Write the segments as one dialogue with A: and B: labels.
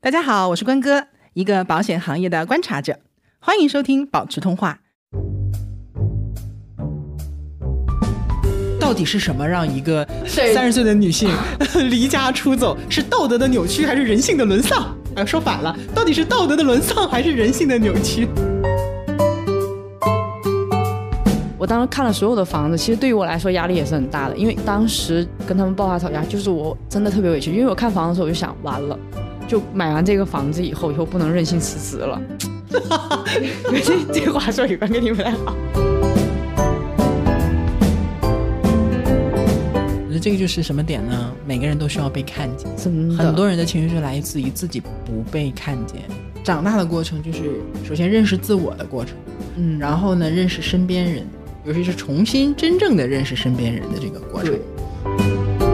A: 大家好，我是关哥，一个保险行业的观察者，欢迎收听保持通话。到底是什么让一个
B: 谁
A: 三十岁的女性 离家出走？是道德的扭曲，还是人性的沦丧？哎，说反了，到底是道德的沦丧，还是人性的扭曲？
B: 我当时看了所有的房子，其实对于我来说压力也是很大的，因为当时跟他们爆发吵架，就是我真的特别委屈，因为我看房的时候我就想，完了，就买完这个房子以后，以后不能任性辞职了。 这这话说有关跟你们俩好。
A: 我觉得这个就是什么点呢？每个人都需要被看见。
B: 真的
A: 很多人的情绪是来自于自己不被看见。长大的过程就是首先认识自我的过程，
B: 嗯，然后
A: 然后呢认识身边人，尤其是重新真正的认识身边人的这个过程
B: 对。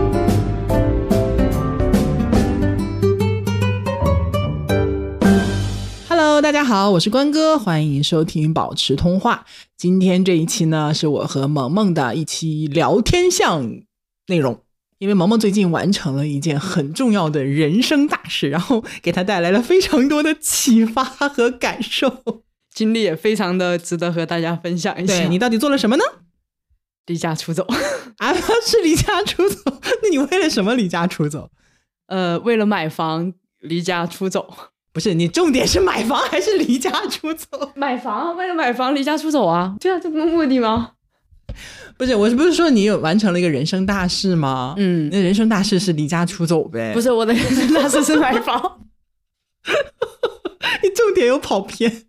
A: Hello，大家好，我是关哥，欢迎收听保持通话。今天这一期呢，是我和萌萌的一期聊天项内容。因为萌萌最近完成了一件很重要的人生大事，然后给她带来了非常多的启发和感受。
B: 经历也非常的值得和大家分享一下。
A: 对你到底做了什么呢？
B: 离家出走，
A: 啊， 是离家出走？ 那你为了什么离家出走？
B: 呃，为了买房离家出走，
A: 不是你重点是买房还是离家出走？
B: 买房为了买房离家出走啊？对啊，这不是目的吗？
A: 不是，我是不是说你有完成了一个人生大事吗？
B: 嗯，
A: 那人生大事是离家出走呗？
B: 不，是我的人生大事是买房。
A: 你重点又跑偏。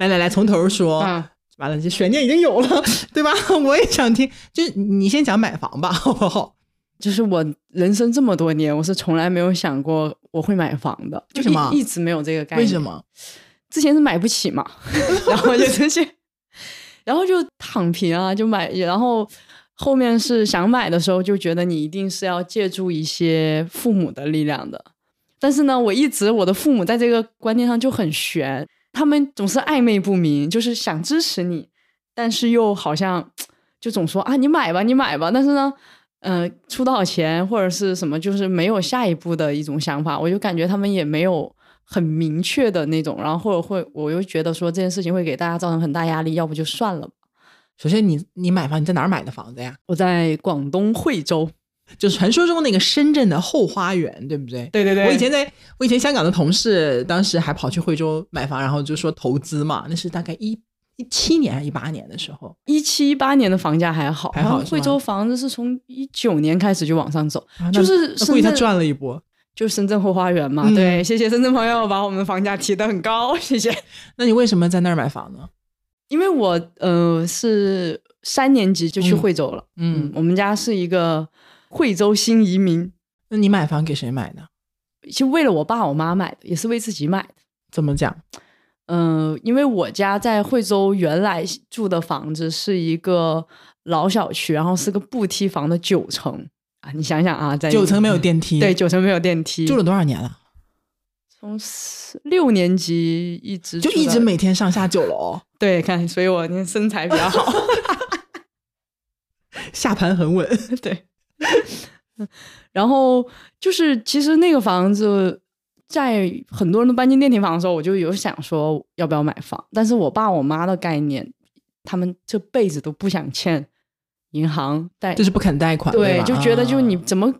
A: 来来来，从头说。
B: 啊，
A: 完了，这悬念已经有了， 对吧？我也想听，就是你先讲买房吧，好不好？
B: 就是我人生这么多年，我是从来没有想过我会买房的，就
A: 为什么
B: 一一直没有这个概念。
A: 为什？么？
B: 之前是买不起嘛， 然后就出去，然后就躺平啊，就买，然后。后面是想买的时候，就觉得你一定是要借助一些父母的力量的。但是呢，我一直我的父母在这个观念上就很悬，他们总是暧昧不明，就是想支持你，但是又好像就总说啊你买吧你买吧，但是呢，呃出多少钱或者是什么，就是没有下一步的一种想法，我就感觉他们也没有很明确的那种，然后或者会我又觉得说这件事情会给大家造成很大压力，要不就算了吧。
A: 首先你，你买房，你在哪儿买的房子呀？
B: 我在广东惠州，
A: 就传说中那个深圳的后花园，对不对？
B: 对对对
A: 我以前在我以前香港的同事，当时还跑去惠州买房，然后就说投资嘛，那是大概一一七年还一八年的时候，
B: 一七一八年的房价还好，
A: 还好
B: 然后
A: 是
B: 惠
A: 吗
B: 州房子是从一九年开始就往上走，
A: 啊那
B: 就是
A: 那估计
B: 深
A: 他
B: 圳
A: 赚了一波。
B: 就深圳后花园嘛。
A: 嗯
B: 对，谢谢深圳朋友把我们房价提得很高，谢谢。
A: 那你为什么在那儿买房呢？
B: 因为我呃是三年级就去惠州了，嗯，
A: 嗯，
B: 我们家是一个惠州新移民，
A: 那你买房给谁买的？
B: 就为了我爸我妈买的，也是为自己买的。
A: 怎么讲？
B: 嗯、因为我家在惠州原来住的房子是一个老小区，然后是个不梯房的九层啊，你想想啊，在
A: 九层没有电梯，
B: 对，九层没有电梯，
A: 住了多少年了？
B: 从四六年级一直
A: 就
B: 住
A: 一直
B: 到
A: 每天上下九楼，
B: 对，看，所以我那身材比较好。
A: 下盘很 稳。
B: 对，然后就是其实那个房子，在很多人都搬进电梯房的时候，我就有想说要不要买房，但是我爸我妈的概念，他们这辈子都不想欠银行贷，
A: 就是不肯贷款，
B: 对，
A: 吧
B: 就觉得就你
A: 啊
B: 怎么，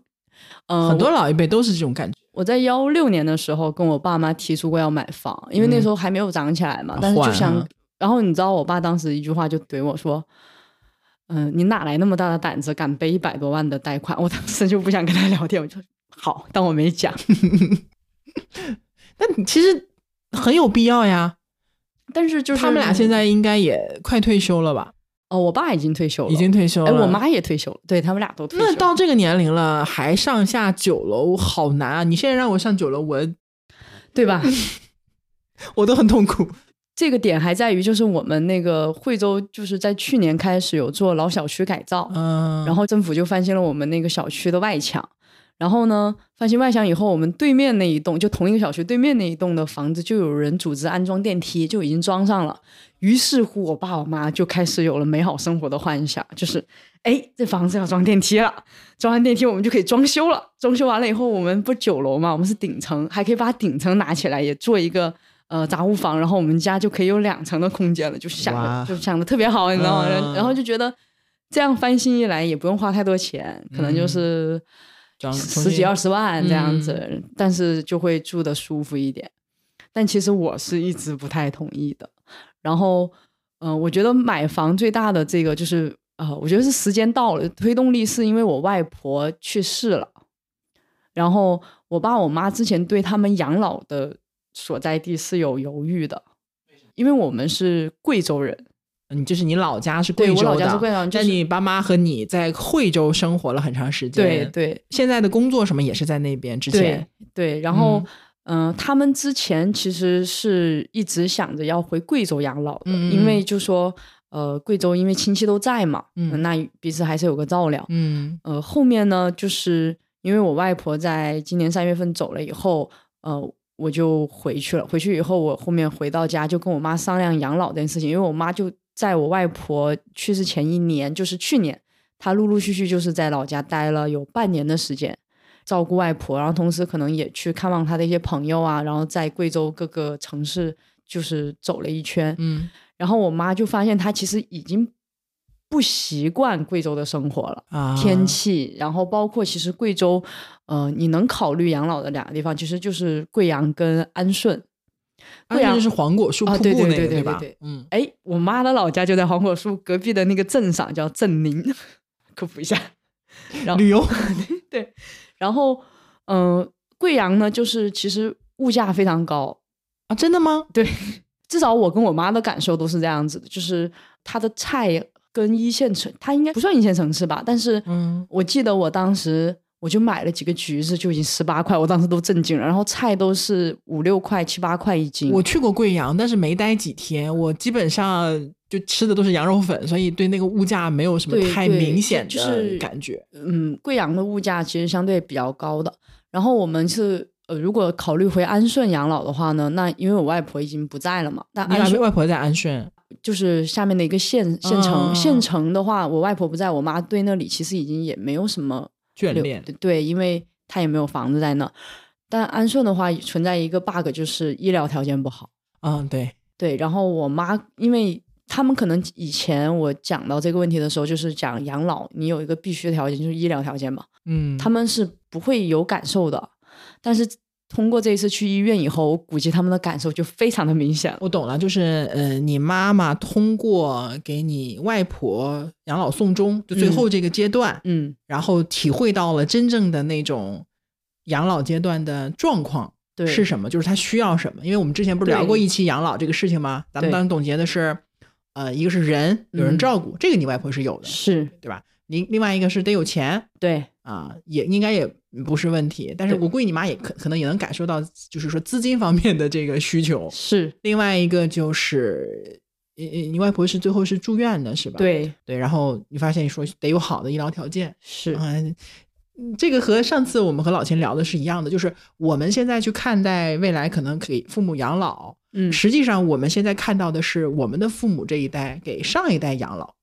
B: 呃，
A: 很多
B: 我
A: 老一辈都是这种感觉，
B: 我在幺六年的时候跟我爸妈提出过要买房，因为那时候还没有涨起来嘛，
A: 嗯啊
B: 但是就
A: 换
B: 想，
A: 啊
B: 然后你知道我爸当时一句话就怼我说。嗯、你哪来那么大的胆子，敢背一百多万的贷款？我当时就不想跟他聊天，我就好，但我没讲。
A: 但其实很有必要呀。
B: 但是就是
A: 他们俩现在应该也快退休了吧？
B: 哦，我爸已经退休了，
A: 已经退休了。
B: 哎，我妈也退休了，对他们俩都退休了。
A: 那到这个年龄了，还上下九楼，好难啊！你现在让我上九楼，我
B: 对吧？
A: 我都很痛苦。
B: 这个点还在于，就是我们那个惠州，就是在去年开始有做老小区改造，
A: 嗯，
B: 然后政府就翻新了我们那个小区的外墙，然后呢，翻新外墙以后，我们对面那一栋就同一个小区对面那一栋的房子，就有人组织安装电梯，就已经装上了。于是乎，我爸我妈就开始有了美好生活的幻想，就是哎，这房子要装电梯了，装完电梯我们就可以装修了。装修完了以后，我们不九楼嘛，我们是顶层，还可以把顶层拿起来也做一个。呃，杂物房，然后我们家就可以有两层的空间了，就想
A: 哇
B: 的就想的特别好，你知道吗？
A: 嗯
B: 然后就觉得这样翻新一来也不用花太多钱，可能就
A: 嗯
B: 是
A: 张
B: 十几二
A: 十，
B: 十万这样子，
A: 嗯
B: 但是就会住的舒服一点。但其实我是一直不太同意的。然后，嗯、我觉得买房最大的这个就是，呃，我觉得是时间到了，推动力是因为我外婆去世了，然后我爸我妈之前对他们养老的所在地是有犹豫的，因为我们是贵州人，
A: 你嗯就是你老家是贵
B: 对
A: 州
B: 我
A: 的，
B: 老家是贵州人，就
A: 但
B: 是
A: 你爸妈和你在惠州生活了很长时间，
B: 对对，
A: 现在的工作什么也是在那边。之
B: 对
A: 前，
B: 对，然后嗯、呃他们之前其实是一直想着要回贵州养老的，
A: 嗯嗯
B: 因为就说呃贵州因为亲戚都在嘛，
A: 嗯
B: 那彼此还是有个照料。
A: 嗯
B: 呃，后面呢，就是因为我外婆在今年三月份走了以后，呃。我就回去了。回去以后，我后面回到家就跟我妈商量养老这件事情，因为我妈就在我外婆去世前一年，就是去年，她陆陆续续就是在老家待了有半年的时间，照顾外婆，然后同时可能也去看望她的一些朋友啊，然后在贵州各个城市就是走了一圈。
A: 嗯
B: 然后我妈就发现她其实已经不习惯贵州的生活了。
A: 啊，
B: 天气，然后包括其实贵州，呃，你能考虑养老的两个地方，其实就是贵阳跟安顺。
A: 啊
B: 贵阳
A: 就是黄果树
B: 啊
A: 瀑
B: 对对
A: 布那个
B: 对对
A: 吧
B: 对对？
A: 嗯，
B: 哎，我妈的老家就在黄果树隔壁的那个镇上，叫镇宁， 科普一下。然后
A: 旅游
B: 然后，嗯、贵阳呢，就是其实物价非常高，
A: 啊，真的吗？
B: 至少我跟我妈的感受都是这样子的，就是她的菜跟一线城，她应该不算一线城市吧，但是
A: 嗯，
B: 我记得我当时我就买了几个橘子，就已经十八块，我当时都震惊了。然后菜都是五六块、七八块一斤。
A: 我去过贵阳，但是没待几天，我基本上就吃的都是羊肉粉，所以对那个物价没有什么
B: 对
A: 太
B: 对
A: 明显
B: 就
A: 的
B: 是
A: 感觉。
B: 嗯，贵阳的物价其实相对比较高的。然后我们是呃，如果考虑回安顺养老的话呢，那因为我外婆已经不在了嘛，那
A: 你
B: 安
A: 外
B: 顺
A: 外婆在安顺，
B: 就是下面的一个县县城。
A: 嗯
B: 县城的话，我外婆不在，我妈对那里其实已经也没有什么
A: 眷
B: 留
A: 恋。
B: 对，因为她也没有房子在那。但安顺的话，存在一个 bug，就是医疗条件不好。
A: 嗯，对，
B: 对，然后我妈，因为他们可能以前我讲到这个问题的时候，就是讲养老，你有一个必须条件就是医疗条件嘛，
A: 嗯，
B: 他们是不会有感受的。但是通过这一次去医院以后，我估计他们的感受就非常的明显了。
A: 我懂了，就是呃，你妈妈通过给你外婆养老送终，就最
B: 嗯
A: 后这个阶段，
B: 嗯，
A: 然后体会到了真正的那种养老阶段的状况
B: 对，
A: 是什么，就是她需要什么。因为我们之前不是聊
B: 对
A: 过一期养老这个事情吗？咱们
B: 对
A: 当时总结的是，呃，一个是人有人
B: 嗯
A: 照顾，这个你外婆是有的，
B: 是
A: 对吧？另另外一个是得有钱
B: 对，
A: 啊、也应该也不是问题。但是
B: 对
A: 我估计你妈也可可能也能感受到，就是说资金方面的这个需求。
B: 是，
A: 另外一个就是，你你你外婆是最后是住院的是吧？
B: 对，
A: 对，然后你发现你说得有好的医疗条件，
B: 是，
A: 嗯，这个和上次我们和老秦聊的是一样的，就是我们现在去看待未来可能给父母养老，
B: 嗯，
A: 实际上我们现在看到的是我们的父母这一代给上一代养老，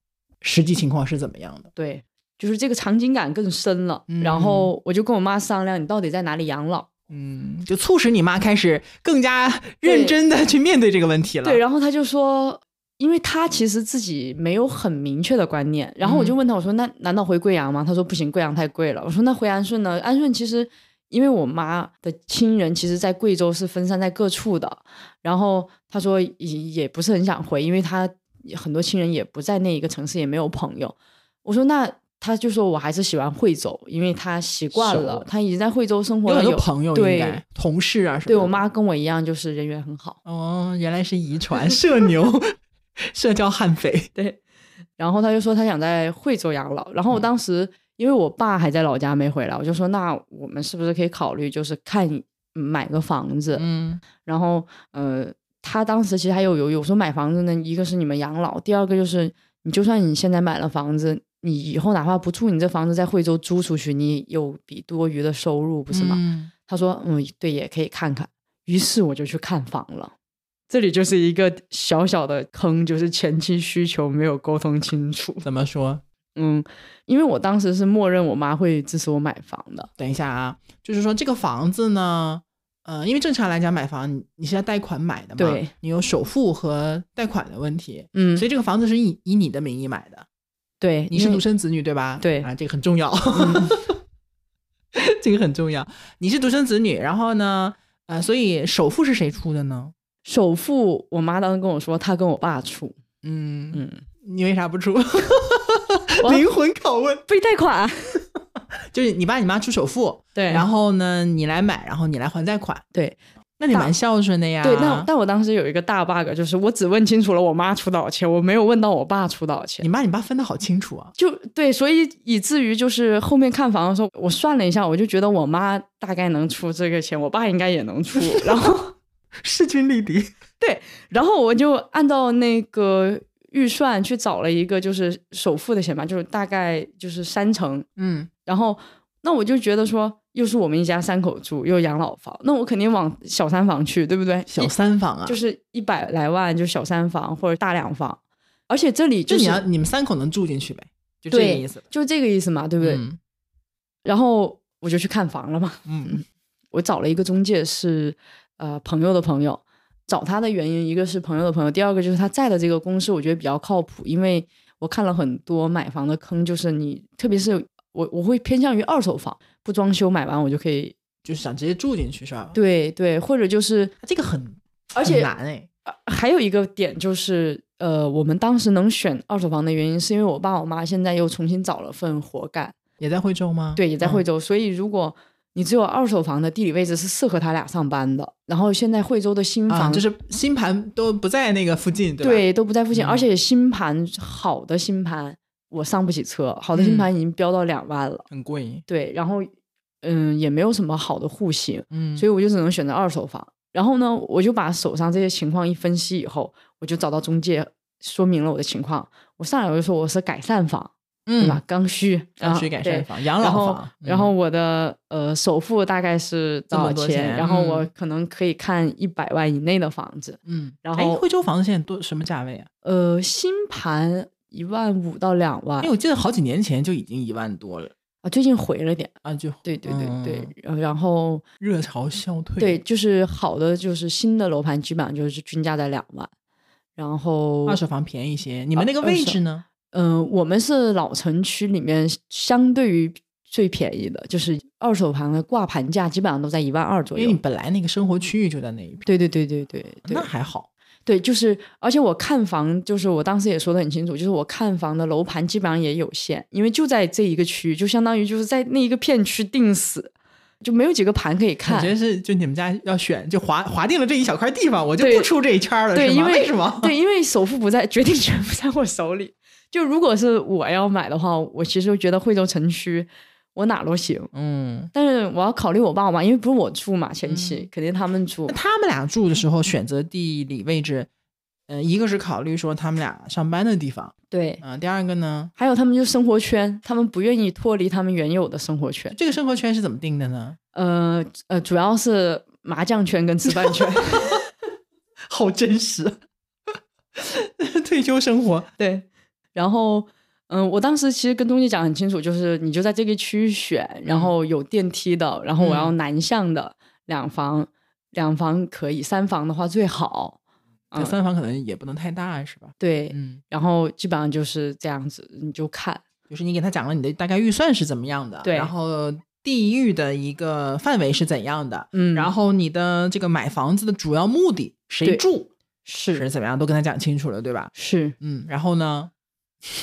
A: 实际情况是怎么样的？
B: 对，就是这个场景感更深了。
A: 嗯
B: 然后我就跟我妈商量，你到底在哪里养老？
A: 嗯，就促使你妈开始更加认真的去面对这个问题了。
B: 对，然后他就说，因为他其实自己没有很明确的观念。然后我就
A: 嗯
B: 问他，我说那难道回贵阳吗？他说不行，贵阳太贵了。我说那回安顺呢？安顺其实因为我妈的亲人其实在贵州是分散在各处的，然后他说也也不是很想回，因为他很多亲人也不在那一个城市，也没有朋友。我说那。他就说我还是喜欢惠州，因为他习惯
A: 熟
B: 了，他已经在惠州生活
A: 有
B: 了
A: 很
B: 有
A: 多朋友应
B: 对
A: 该同事啊什么的。
B: 对我妈跟我一样，就是人缘很好。
A: 哦，原来是遗 传社牛，社交悍 匪。
B: 对，然后他就说他想在惠州养老，然后我当时、因为我爸还在老家没回来，我就说那我们是不是可以考虑就是看嗯买个房子，
A: 嗯
B: 然后呃，他当时其实还有犹豫，我说买房子呢，一个是你们养老，第二个就是你就算你现在买了房子，你以后哪怕不住你这房子，在惠州租出去，你有笔多余的收入，不是吗？
A: 嗯
B: 他说，嗯，对，也可以看看。于是我就去看房了。这里就是一个小小的坑，就是前期需求没有沟通清楚。
A: 怎么说？
B: 嗯，因为我当时是默认我妈会支持我买房的，
A: 等一下啊，就是说这个房子呢，呃，因为正常来讲买房，你你是要贷款买的嘛，
B: 对，
A: 你有首付和贷款的问题，
B: 嗯
A: 所，以这个房子是以以你的名义买的，
B: 对，
A: 你是
B: 因为
A: 独生子女对吧？
B: 对
A: 啊，这个很重要，
B: 嗯
A: 这个很重要。你是独生子女，然后呢，呃，所以首付是谁出的呢？
B: 首付，我妈当时跟我说，她跟我爸出，
A: 嗯，
B: 嗯，
A: 你为啥不出？
B: 我
A: 灵魂拷 问，
B: 非贷款，
A: 就是你爸你妈出首付，
B: 对，
A: 啊然后呢你来买，然后你来还贷款，
B: 对
A: 那你
B: 大
A: 蛮孝顺的呀。
B: 对，但但我当时有一个大 bug，就是我只问清楚了我妈出多少钱，我没有问到我爸出多少钱
A: 你，妈你爸分的好清楚啊。
B: 就对，所以以至于就是后面看房的时候，我算了一下，我就觉得我妈大概能出这个钱，我爸应该也能 出，然后
A: 势均力敌。
B: 然后我就按照那个预算去找了一个就是首付的钱吧，就是大概就是三成，
A: 嗯，
B: 然后那我就觉得说，又是我们一家三口住，又养老房，那我肯定往小三房去，对不对？
A: 小
B: 一
A: 三房啊，
B: 就是一百来万，就小三房或者大两房，而且这里
A: 就
B: 就是
A: 你要你们三口能住进去呗，就这个
B: 对
A: 意思。，
B: 就这个意思嘛，对不对？
A: 嗯
B: 然后我就去看房了嘛，
A: 嗯
B: 我找了一个中介是呃朋友的朋友，找他的原因一个是朋友的朋友，第二个就是他在的这个公司我觉得比较靠谱，因为我看了很多买房的坑，就是你特别是我我会偏向于二手房，不装修买完我就可以，
A: 就是想直接住进去是吧？，
B: 对对，或者就是
A: 这个很
B: 而且
A: 很难哎。
B: 还有一个点就是，呃，我们当时能选二手房的原因，是因为我爸我妈现在又重新找了份活干，
A: 也在惠州吗？
B: 对，也在惠
A: 州。
B: 州，所以如果你只有二手房的地理位置是适合他俩上班的，然后现在惠州的新
A: 啊，
B: 房、
A: 就是新盘都不在那个附近，对吧？
B: 对都不在附近，
A: 嗯
B: 而且新盘好的新盘我上不起车，
A: 嗯
B: 好的新盘已经飙到两万了，
A: 很贵。
B: 对，然后嗯也没有什么好的户型，
A: 嗯，
B: 所以我就只能选择二手房。然后呢，我就把手上这些情况一分析以后，我就找到中介说明了我的情况。我上来我就说我是改善房，对吧
A: 嗯，？
B: 刚需，啊
A: 刚需改善。房、养
B: 然
A: 老
B: 后
A: 房，，嗯
B: 然后我的呃首付大概是
A: 这
B: 多少
A: 么多钱
B: 然后
A: 嗯
B: 我可能可以看一百万以内的房子，
A: 嗯，
B: 然
A: 哎，
B: 后
A: 惠州房子现在多什么价位啊？
B: 呃，新盘一万五到两万
A: 因为我记得好几年前就已经一万多了
B: 啊，最近回了点，
A: 啊，就
B: 对对对对
A: 嗯，
B: 呃然后
A: 热潮消退。
B: 对，，就是好的，就是新的楼盘基本上就是均价在两万，然后
A: 二手房便宜一些。你们
B: 啊
A: 那个
B: 二
A: 位
B: 手
A: 置呢？
B: 嗯、我们是老城区里面相对于最便宜的，就是二手盘的挂盘价基本上都在一万二左
A: 因为你
B: 右。
A: 本来那个生活区域就在那一片，
B: 对对对对对对
A: 哎那还好。
B: 对，就是，而且我看房，就是我当时也说的很清楚，就是我看房的楼盘基本上也有限，因为就在这一个区域，就相当于就是在那一个片区定死，就没有几个盘可以
A: 感
B: 看。
A: 觉是就你们家要选，就划划定了这一小块地方，我就
B: 对
A: 不出这一圈了，
B: 对，
A: 是
B: 因
A: 吗？
B: 为
A: 为什么？
B: 对，因为首付不在，决定权不在我手里。就如果是我要买的话，我其实觉得惠州城区我哪都行，
A: 嗯，
B: 但是我要考虑我爸我妈，因为不是我住嘛，前期、肯定他们住
A: 那。他们俩住的时候选择地理位置，嗯、一个是考虑说他们俩上班的地方，
B: 对，
A: 嗯、第二个呢，
B: 还有他们就生活圈，他们不愿意脱离他们原有的生活圈。
A: 这个生活圈是怎么定的呢？
B: 呃呃，主要是麻将圈跟吃饭 圈。
A: 好真实， 退休生活，
B: 对，然后嗯、我当时其实跟中介讲很清楚，就是你就在这个区域选，然后有电梯的，然后我要
A: 嗯
B: 南向的两房，两房可以，三房的话最好。
A: 这三房可能也不能太大，是吧？
B: 嗯对，
A: 嗯，
B: 然后基本上就是这样子，你就看。
A: 就是你给他讲了你的大概预算是怎么样的，
B: 对
A: 然后地域的一个范围是怎样的，
B: 嗯，
A: 然后你的这个买房子的主要目的，谁
B: 对
A: 住是
B: 是
A: 怎么样，都跟他讲清楚了，对吧？
B: 是，
A: 嗯，然后呢，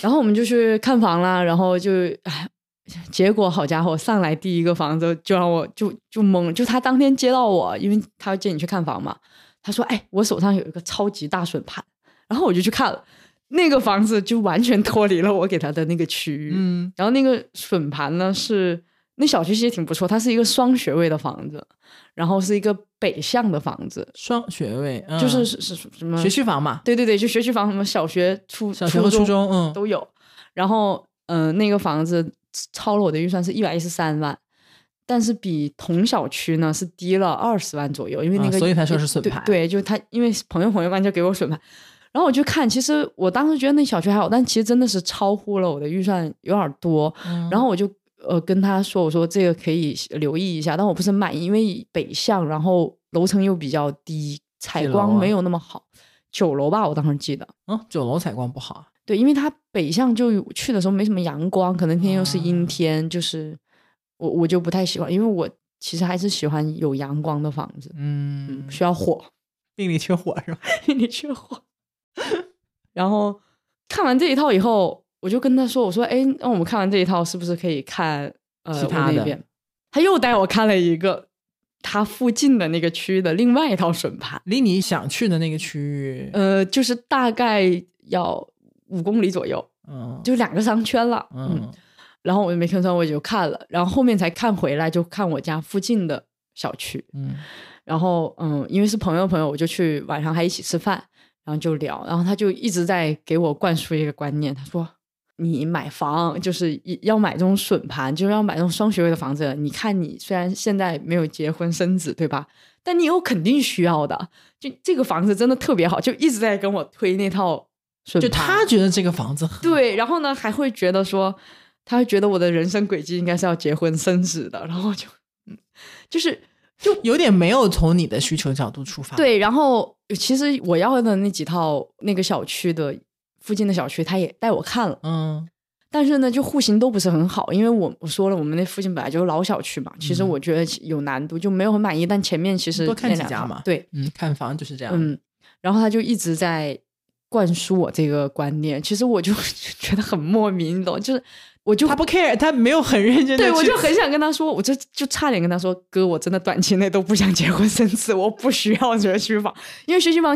B: 然后我们就去看房啦，然后就唉。结果好家伙，上来第一个房子就让我就就懵了，就他当天接到我，因为他要接你去看房嘛，他说：“哎，我手上有一个超级大笋盘。”然后我就去看了，那个房子就完全脱离了我给他的那个区域。
A: 嗯，
B: 然后那个笋盘呢是那小区其实挺不错，它是一个双学位的房子，然后是一个北向的房子，
A: 双学位、嗯
B: 就是是是是什么
A: 学区房嘛，
B: 对对对，就学区房什么小学、初
A: 小学和初中，嗯，
B: 都有。然后嗯、那个房子超了我的预算是一百一十三万，但是比同小区呢是低了二十万左右，因为那
A: 啊
B: 个、
A: 所以他说是损
B: 对
A: 盘
B: 对，就他因为朋友朋友关就给我损盘，然后我就看，其实我当时觉得那小区还好，但其实真的是超乎了我的预算有点儿多，
A: 然
B: 然后我就呃跟他说，我说这个可以留意一下，但我不是很满意，因为北向，然后楼层又比较低，采
A: 几楼
B: 光
A: 啊
B: 没有那么好，九楼吧，我当时记得。
A: 嗯，九楼采光不好啊，
B: 对，因为它北向就有去的时候没什么阳光，可能天又是阴
A: 啊
B: 天，就是我我就不太喜欢，因为我其实还是喜欢有阳光的房子，
A: 嗯
B: 嗯，需要火，
A: 命里缺火是吧？
B: 你缺火。 然后看完这一套以后，我就跟他说：“我说，哎，那我们看完这一套，是不是可以看呃
A: 其
B: 我
A: 他的
B: 那边？”他又带我看了一个他附近的那个区的另外一套笋盘，
A: 离你想去的那个区域，
B: 呃，就是大概要五公里左右，
A: 嗯，
B: 就两个商圈了，嗯。
A: 嗯
B: 然后我就没看上，我也就看了，然后后面才看回来，就看我家附近的小区。
A: 嗯
B: 然后嗯，因为是朋友朋友，我就去晚上还一起吃饭，然后就聊，然后他就一直在给我灌输一个观念，他说你买房就是一要买这种笋盘，就是要买这种双学位的房子。你看你虽然现在没有结婚生子，对吧？但你有肯定需要的，就这个房子真的特别好，就一直在跟我推那套笋
A: 就
B: 盘。
A: 他觉得这个房子很
B: 对，然后呢还会觉得说，他会觉得我的人生轨迹应该是要结婚生子的，然后就，嗯就是
A: 有点没有从你的需求角度出发，，
B: 对，然后其实我要的那几套那个小区的附近的小区，他也带我看了，
A: 嗯
B: 但是呢，就户型都不是很好，因为我我说了，我们那附近本来就是老小区嘛，其实
A: 嗯
B: 我觉得有难度，就没有很满意，但前面其实
A: 多看
B: 那
A: 几
B: 两
A: 家
B: 套
A: 嘛
B: 对，
A: 嗯，看房就是这样，
B: 嗯，然后他就一直在灌输我这个观念，其实我就 觉得很莫名，你懂，就是我就
A: 他不 care，他没有很认真的，
B: 对，我就很想跟他说，我就就差点跟他说，哥，我真的短期内都不想结婚生子，我不需要学区房，因为学区房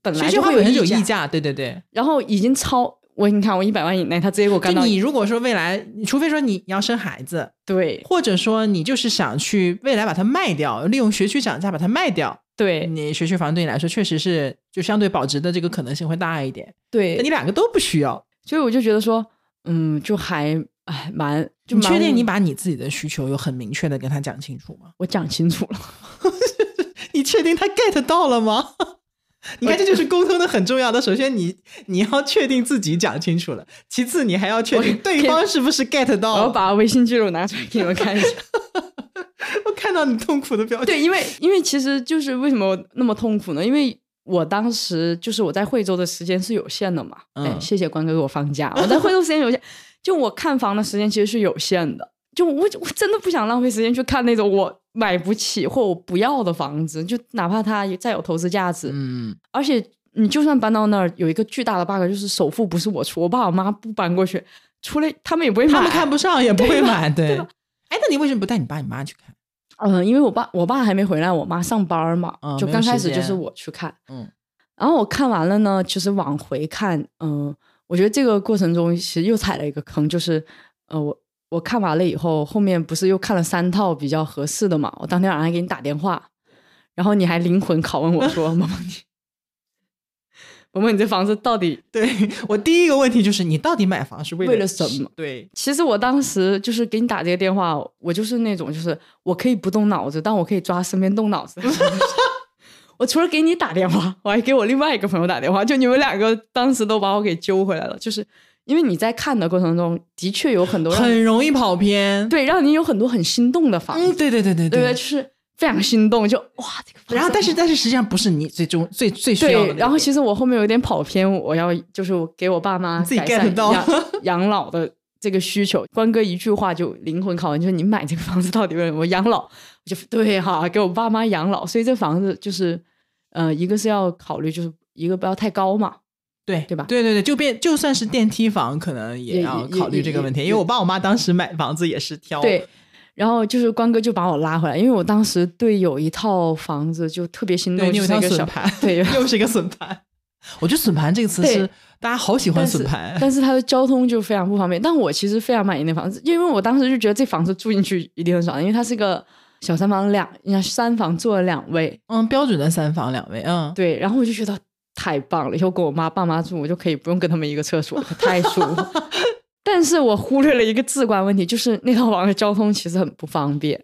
B: 本来
A: 学区
B: 就
A: 房
B: 会
A: 本身
B: 有
A: 有溢价，
B: 价，
A: 对对对。
B: 然后已经超我，你看我一百万以内，他直接给我
A: 就
B: 干到
A: 你如果说未来，除非说你要生孩子，
B: 对
A: 或者说你就是想去未来把它卖掉，利用学区涨价把它卖掉，
B: 对
A: 你学区房对你来说确实是就相对保值的这个可能性会大一点。但
B: 对，
A: 你两个都不需要，
B: 所以我就觉得说，嗯，就还哎蛮就
A: 你
B: 蛮
A: 确定你
B: 无
A: 把你自己的需求有很明确的跟他讲清楚 吗？
B: 我讲清楚了，
A: 你确定他 get 到了吗？ 你看，这就是沟通的很重要的。首先你，你要确定自己讲清楚了，其次你还要确定
B: 我
A: 对方是不是 get 到
B: 我
A: 了。
B: 要把微信记录拿出来给你们看一下。
A: 我看到你痛苦的表情。
B: 对，因为因为其实就是为什么我那么痛苦呢？因为我当时就是我在惠州的时间是有限的嘛。
A: 嗯
B: 哎，谢谢关哥给我放假，我在惠州时间有限，就我看房的时间其实是有限的。就我我真的不想浪费时间去看那种我买不起或我不要的房子，就哪怕它再有投资价值，
A: 嗯，
B: 而且你就算搬到那儿，有一个巨大的 bug 就是首付不是我出，我爸我妈不搬过去，出来他们也不会买。啊
A: 他们看不上也不会
B: 对吧
A: 买，对
B: 对吧。
A: 哎，那你为什么不带你爸你妈去看？
B: 嗯，因为我爸我爸还没回来，我妈上班儿嘛，
A: 啊
B: 就
A: 没有
B: 刚开
A: 时
B: 始就是
A: 间
B: 我去看，
A: 嗯，
B: 然后我看完了呢，就是往回看，嗯、我觉得这个过程中其实又踩了一个坑，就是呃，我我看完了以后，后面不是又看了三套比较合适的嘛，我当天晚上还给你打电话，然后你还灵魂拷问我说：“ 萌萌你，萌萌你这房子到底
A: 对我第一个问题就是，你到底买房是为了
B: 为了什么？
A: 对，
B: 其实我当时就是给你打这个电话，我就是那种就是我可以不动脑子，但我可以抓身边动脑子的。 我除了给你打电话，我还给我另外一个朋友打电话，就你们两个当时都把我给揪回来了，就是因为你在看的过程中，的确有很多让
A: 很容易跑偏。，
B: 对让你有很多很心动的房子，
A: 嗯，对对对对
B: 对不对？就是非常心动，就哇这个房子。
A: 然后，但是但是实际上不是你最终最最需要的那
B: 对，
A: 个。
B: 然后其实我后面有点跑偏，我要就是我给我爸妈
A: 你自己
B: 改善
A: get 到
B: 养 养老的这个需求。关哥一句话就灵魂拷问，就是你买这个房子到底为什么养老？我就对哈、给我爸妈养老，所以这房子就是呃，一个是要考虑，就是一个不要太高嘛，
A: 对
B: 对吧
A: 对对对，就变就算是电梯房，可能也
B: 也
A: 要
B: 也
A: 考虑
B: 也
A: 这个
B: 也
A: 问题，因
B: 也
A: 为我爸我妈当时买房子也是挑，
B: 对。然后就是关哥就把我拉回来，因为我当时对有一套房子就特别心
A: 对，
B: 动，
A: 你
B: 就
A: 有
B: 是那
A: 套
B: 个
A: 笋
B: 小
A: 盘，
B: 对，
A: 又是一个笋盘。我觉得“笋盘”这个词
B: 对
A: 是大家好喜欢
B: 但是
A: 笋 盘，
B: 但是它的交通就非常不方便。但我其实非常满意那房子，因为我当时就觉得这房子住进去一定很爽，因为它是个小三房两，你看三房坐了两位，
A: 嗯，标准的三房两卫，嗯，
B: 对，然后我就觉得太棒了，以后跟我妈爸妈住，我就可以不用跟他们一个厕所，太舒服。但是我忽略了一个至关问题，就是那套房的交通其实很不方便。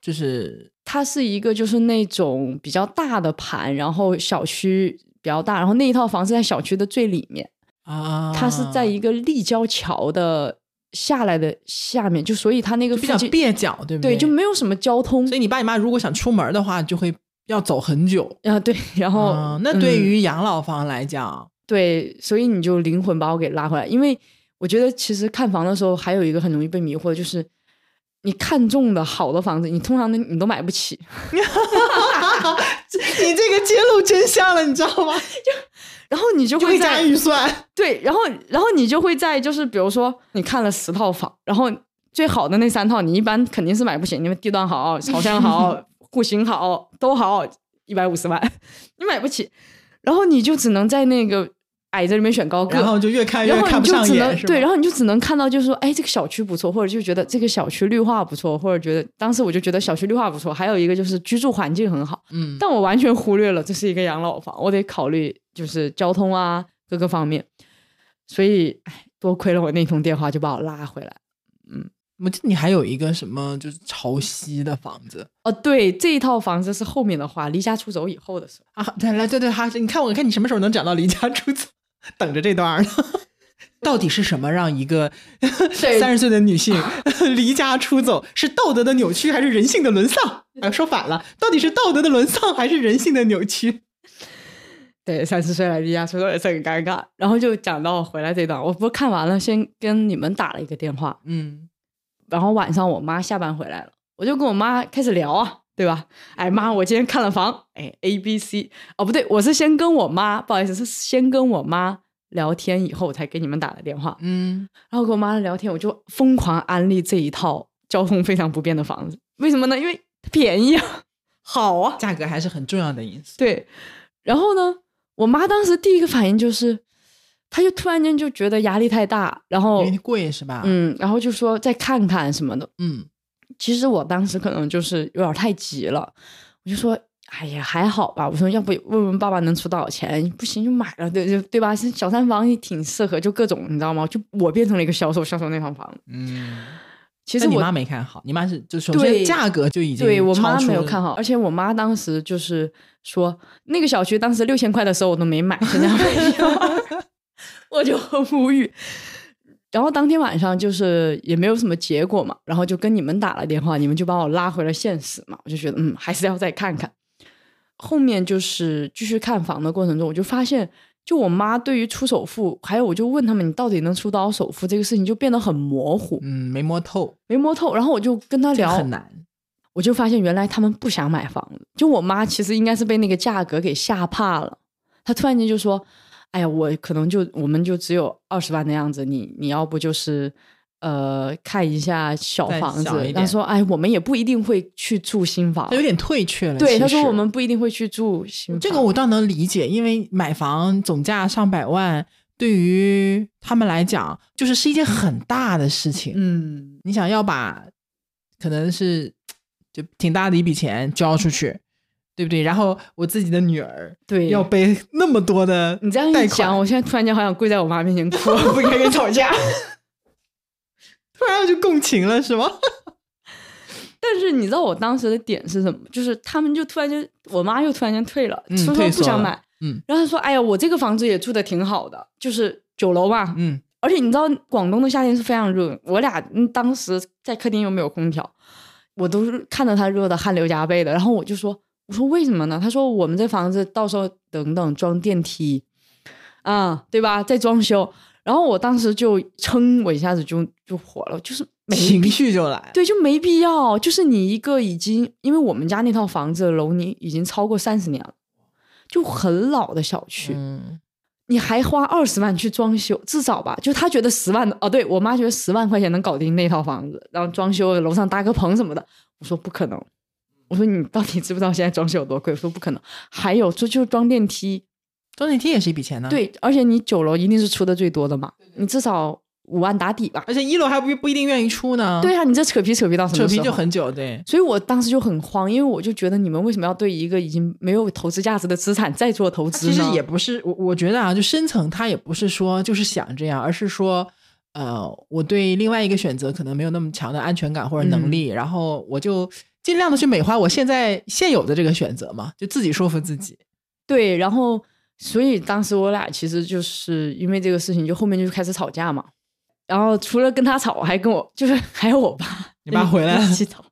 A: 就是
B: 它是一个就是那种比较大的盘，然后小区比较大，然后那一套房是在小区的最里面，
A: 啊，
B: 它是在一个立交桥的下来的下面，就所以它那个
A: 比
B: 附
A: 较
B: 近
A: 蹩脚，对不
B: 对就没有什么交通
A: 所以你爸你妈如果想出门的话，就会要走很久。
B: 啊，对，然后、
A: 嗯那对
B: 嗯
A: 于养老房来讲，
B: 对，所以你就灵魂把我给拉回来，因为我觉得其实看房的时候还有一个很容易被迷惑，就是你看中的好的房子，你通常的你都买不起，
A: 你这个揭露真相了，你知道吗？
B: 然后你就
A: 就
B: 会
A: 会
B: 在
A: 加预算，
B: 对，然后然后你就会在就是比如说你看了十套房，然后最好的那三套你一般肯定是买不起，因为地段好、朝向 好、户型好都好，一百五十万你买不起，然后你就只能在那个矮子里面选高 个，
A: 然后就越看
B: 然
A: 越
B: 后
A: 看
B: 你
A: 不
B: 就
A: 上
B: 只能
A: 眼，是吧
B: 对，然后你就只能看到就是说，哎，这个小区不错，或者就觉得这个小区绿化不错，或者觉得当时我就觉得小区绿化不错，还有一个就是居住环境很好，
A: 嗯，
B: 但我完全忽略了这是一个养老房，我得考虑就是交通啊各个方面，所以哎，多亏了我那通电话就把我拉回来。
A: 我记得你还有一个什么就是潮汐的房子
B: 哦，对，这一套房子是后面的话，离家出走以后的事。
A: 啊，对来对对，哈，你看我看你什么时候能讲到离家出走，等着这段儿呢。 到底是什么让一个
B: 对
A: 三十岁的女 性离家出走？是道德的扭曲还是人性的沦丧？啊，说反了，到底是道德的沦丧还是人性的扭曲？
B: 对，三十岁来离家出走也是很尴尬。然后就讲到回来这段，我不是看完了，先跟你们打了一个电话，
A: 嗯，
B: 然后晚上我妈下班回来了，我就跟我妈开始聊啊，对吧？哎妈，我今天看了房，哎 A B C，哦不对，我是先跟我妈，不好意思，是先跟我妈聊天以后才给你们打的电话。
A: 嗯，
B: 然后跟我妈聊天，我就疯狂安利这一套交通非常不便的房子，为什么呢？因为它便宜啊，好啊，
A: 价格还是很重要的因素。
B: 对。然后呢，我妈当时第一个反应就是，她就突然间就觉得压力太大，然后
A: 因为贵是吧？
B: 嗯，然后就说再看看什么的。
A: 嗯
B: 其实我当时可能就是有点太急了，我就说，哎呀，还好吧。我说，要不问问爸爸能出多少钱？不行就买了，对对对吧？小三房也挺适合，就各种你知道吗？就我变成了一个销售，销售那套房。
A: 嗯，
B: 其实
A: 但你
B: 我
A: 妈没看好，你妈是就首
B: 对
A: 先价格就已经
B: 对我妈没有看
A: 好，
B: 好，而且我妈当时就是说，那个小区当时六千块的时候我都没买，现在没有， 我就很无语。然后当天晚上就是也没有什么结果嘛，然后就跟你们打了电话，你们就把我拉回了现实嘛，我就觉得嗯，还是要再看看。后面就是继续看房的过程中，我就发现，就我妈对于出首付，还有我就问他们你到底能出多少首付这个事情，就变得很模糊，
A: 嗯，没摸透，
B: 没摸透。然后我就跟她
A: 这个
B: 聊，
A: 很难。
B: 我就发现原来他们不想买房子。就我妈其实应该是被那个价格给吓怕了，她突然间就说：“哎呀，我可能就我们就只有二十万的样子，你你要不就是呃看一下小
A: 再
B: 房
A: 小一
B: 子。”她
A: 点
B: 说：“哎，我们也不一定会去住新房
A: 他。有点退却了。
B: 对，
A: 其
B: 她说
A: 实
B: 我们不一定会去住新房。
A: 这个我倒能理解，因为买房总价上百万，对于他们来讲，就是是一件很大的事情。
B: 嗯，
A: 你想要把可能是就挺大的一笔钱交出去，对不对？然后我自己的女儿
B: 对，
A: 要背那么多的，
B: 你这样
A: 贷
B: 一
A: 款
B: 讲，我现在突然间好想跪在我妈面前哭，我不应该跟你吵架。
A: 突然就共情了，是吗？
B: 但是你知道我当时的点是什么？就是他们就突然间，我妈又突然间退了，
A: 嗯
B: 说说
A: 退
B: 不
A: 缩
B: 想
A: 了
B: 买。
A: 嗯
B: 然后她说：“哎呀，我这个房子也住的挺好的，就是九楼嘛。
A: 嗯，
B: 而且你知道广东的夏天是非常热，我俩嗯当时在客厅又没有空调，我都是看着她热的汗流浃背的。然后我就说：我说为什么呢？她说我们这房子到时候等等装电梯，啊、对吧？再装修。然后我当时就噌，我一下子就就火了，就是 没
A: 情绪就来了。
B: 对，就没必要。就是你一个已经，因为我们家那套房子的楼龄已经超过三十年了，就很老的小区，
A: 嗯，
B: 你还花二十万去装修，至少吧，就他觉得十万的哦，对我妈觉得十万块钱能搞定那套房子，然后装修楼上搭个棚什么的，我说不可能。我说你到底知不知道现在装修有多贵？我说不可能。还有说就装电梯，
A: 装电梯也是一笔钱呢。，
B: 对，而且你九楼一定是出的最多的嘛，你至少五万打底吧。
A: 而且一楼还不不一定愿意出呢。
B: 对，啊，你这扯皮扯皮到什么
A: 嗯
B: 时
A: 扯
B: 候？
A: 皮就很久。对，
B: 所以我当时就很慌，因为我就觉得你们为什么要对一个已经没有投资价值的资产再做投资
A: 其
B: 呢？
A: 啊实也不是，我我觉得啊，就深层他也不是说就是想这样，而是说，呃，我对另外一个选择可能没有那么强的安全感或者能力，然后我就尽量的去美化我现在现有的这个选择嘛，就自己说服自己。
B: 对，然后所以当时我俩其实就是因为这个事情，就后面就开始吵架嘛。然后除了跟他吵，还跟我就是 还有我爸，
A: 你爸回来了
B: 一起吵。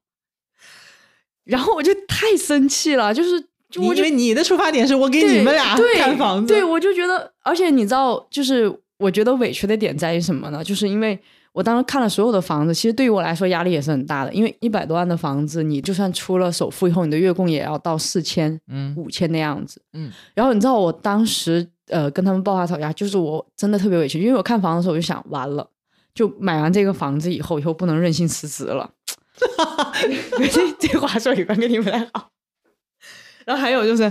B: 然后我就太生气了，就是就
A: 你
B: 我
A: 因
B: 就
A: 为你的出发点是我给
B: 对
A: 你们俩
B: 对
A: 看房子，
B: 对我就觉得，而且你知道，就是我觉得委屈的点在于什么呢？就是因为我当时看了所有的房子，其实对于我来说压力也是很大的，因为一百多万的房子，你就算出了首付以后，你的月供也要到四千、
A: 嗯
B: 五千的样子。
A: 嗯，
B: 然后你知道我当时呃跟他们爆发吵架，就是我真的特别委屈，因为我看房的时候我就想，完了，就买完这个房子以后，以后不能任性辞职 了。这这话说李官跟你不太好。然后还有就是，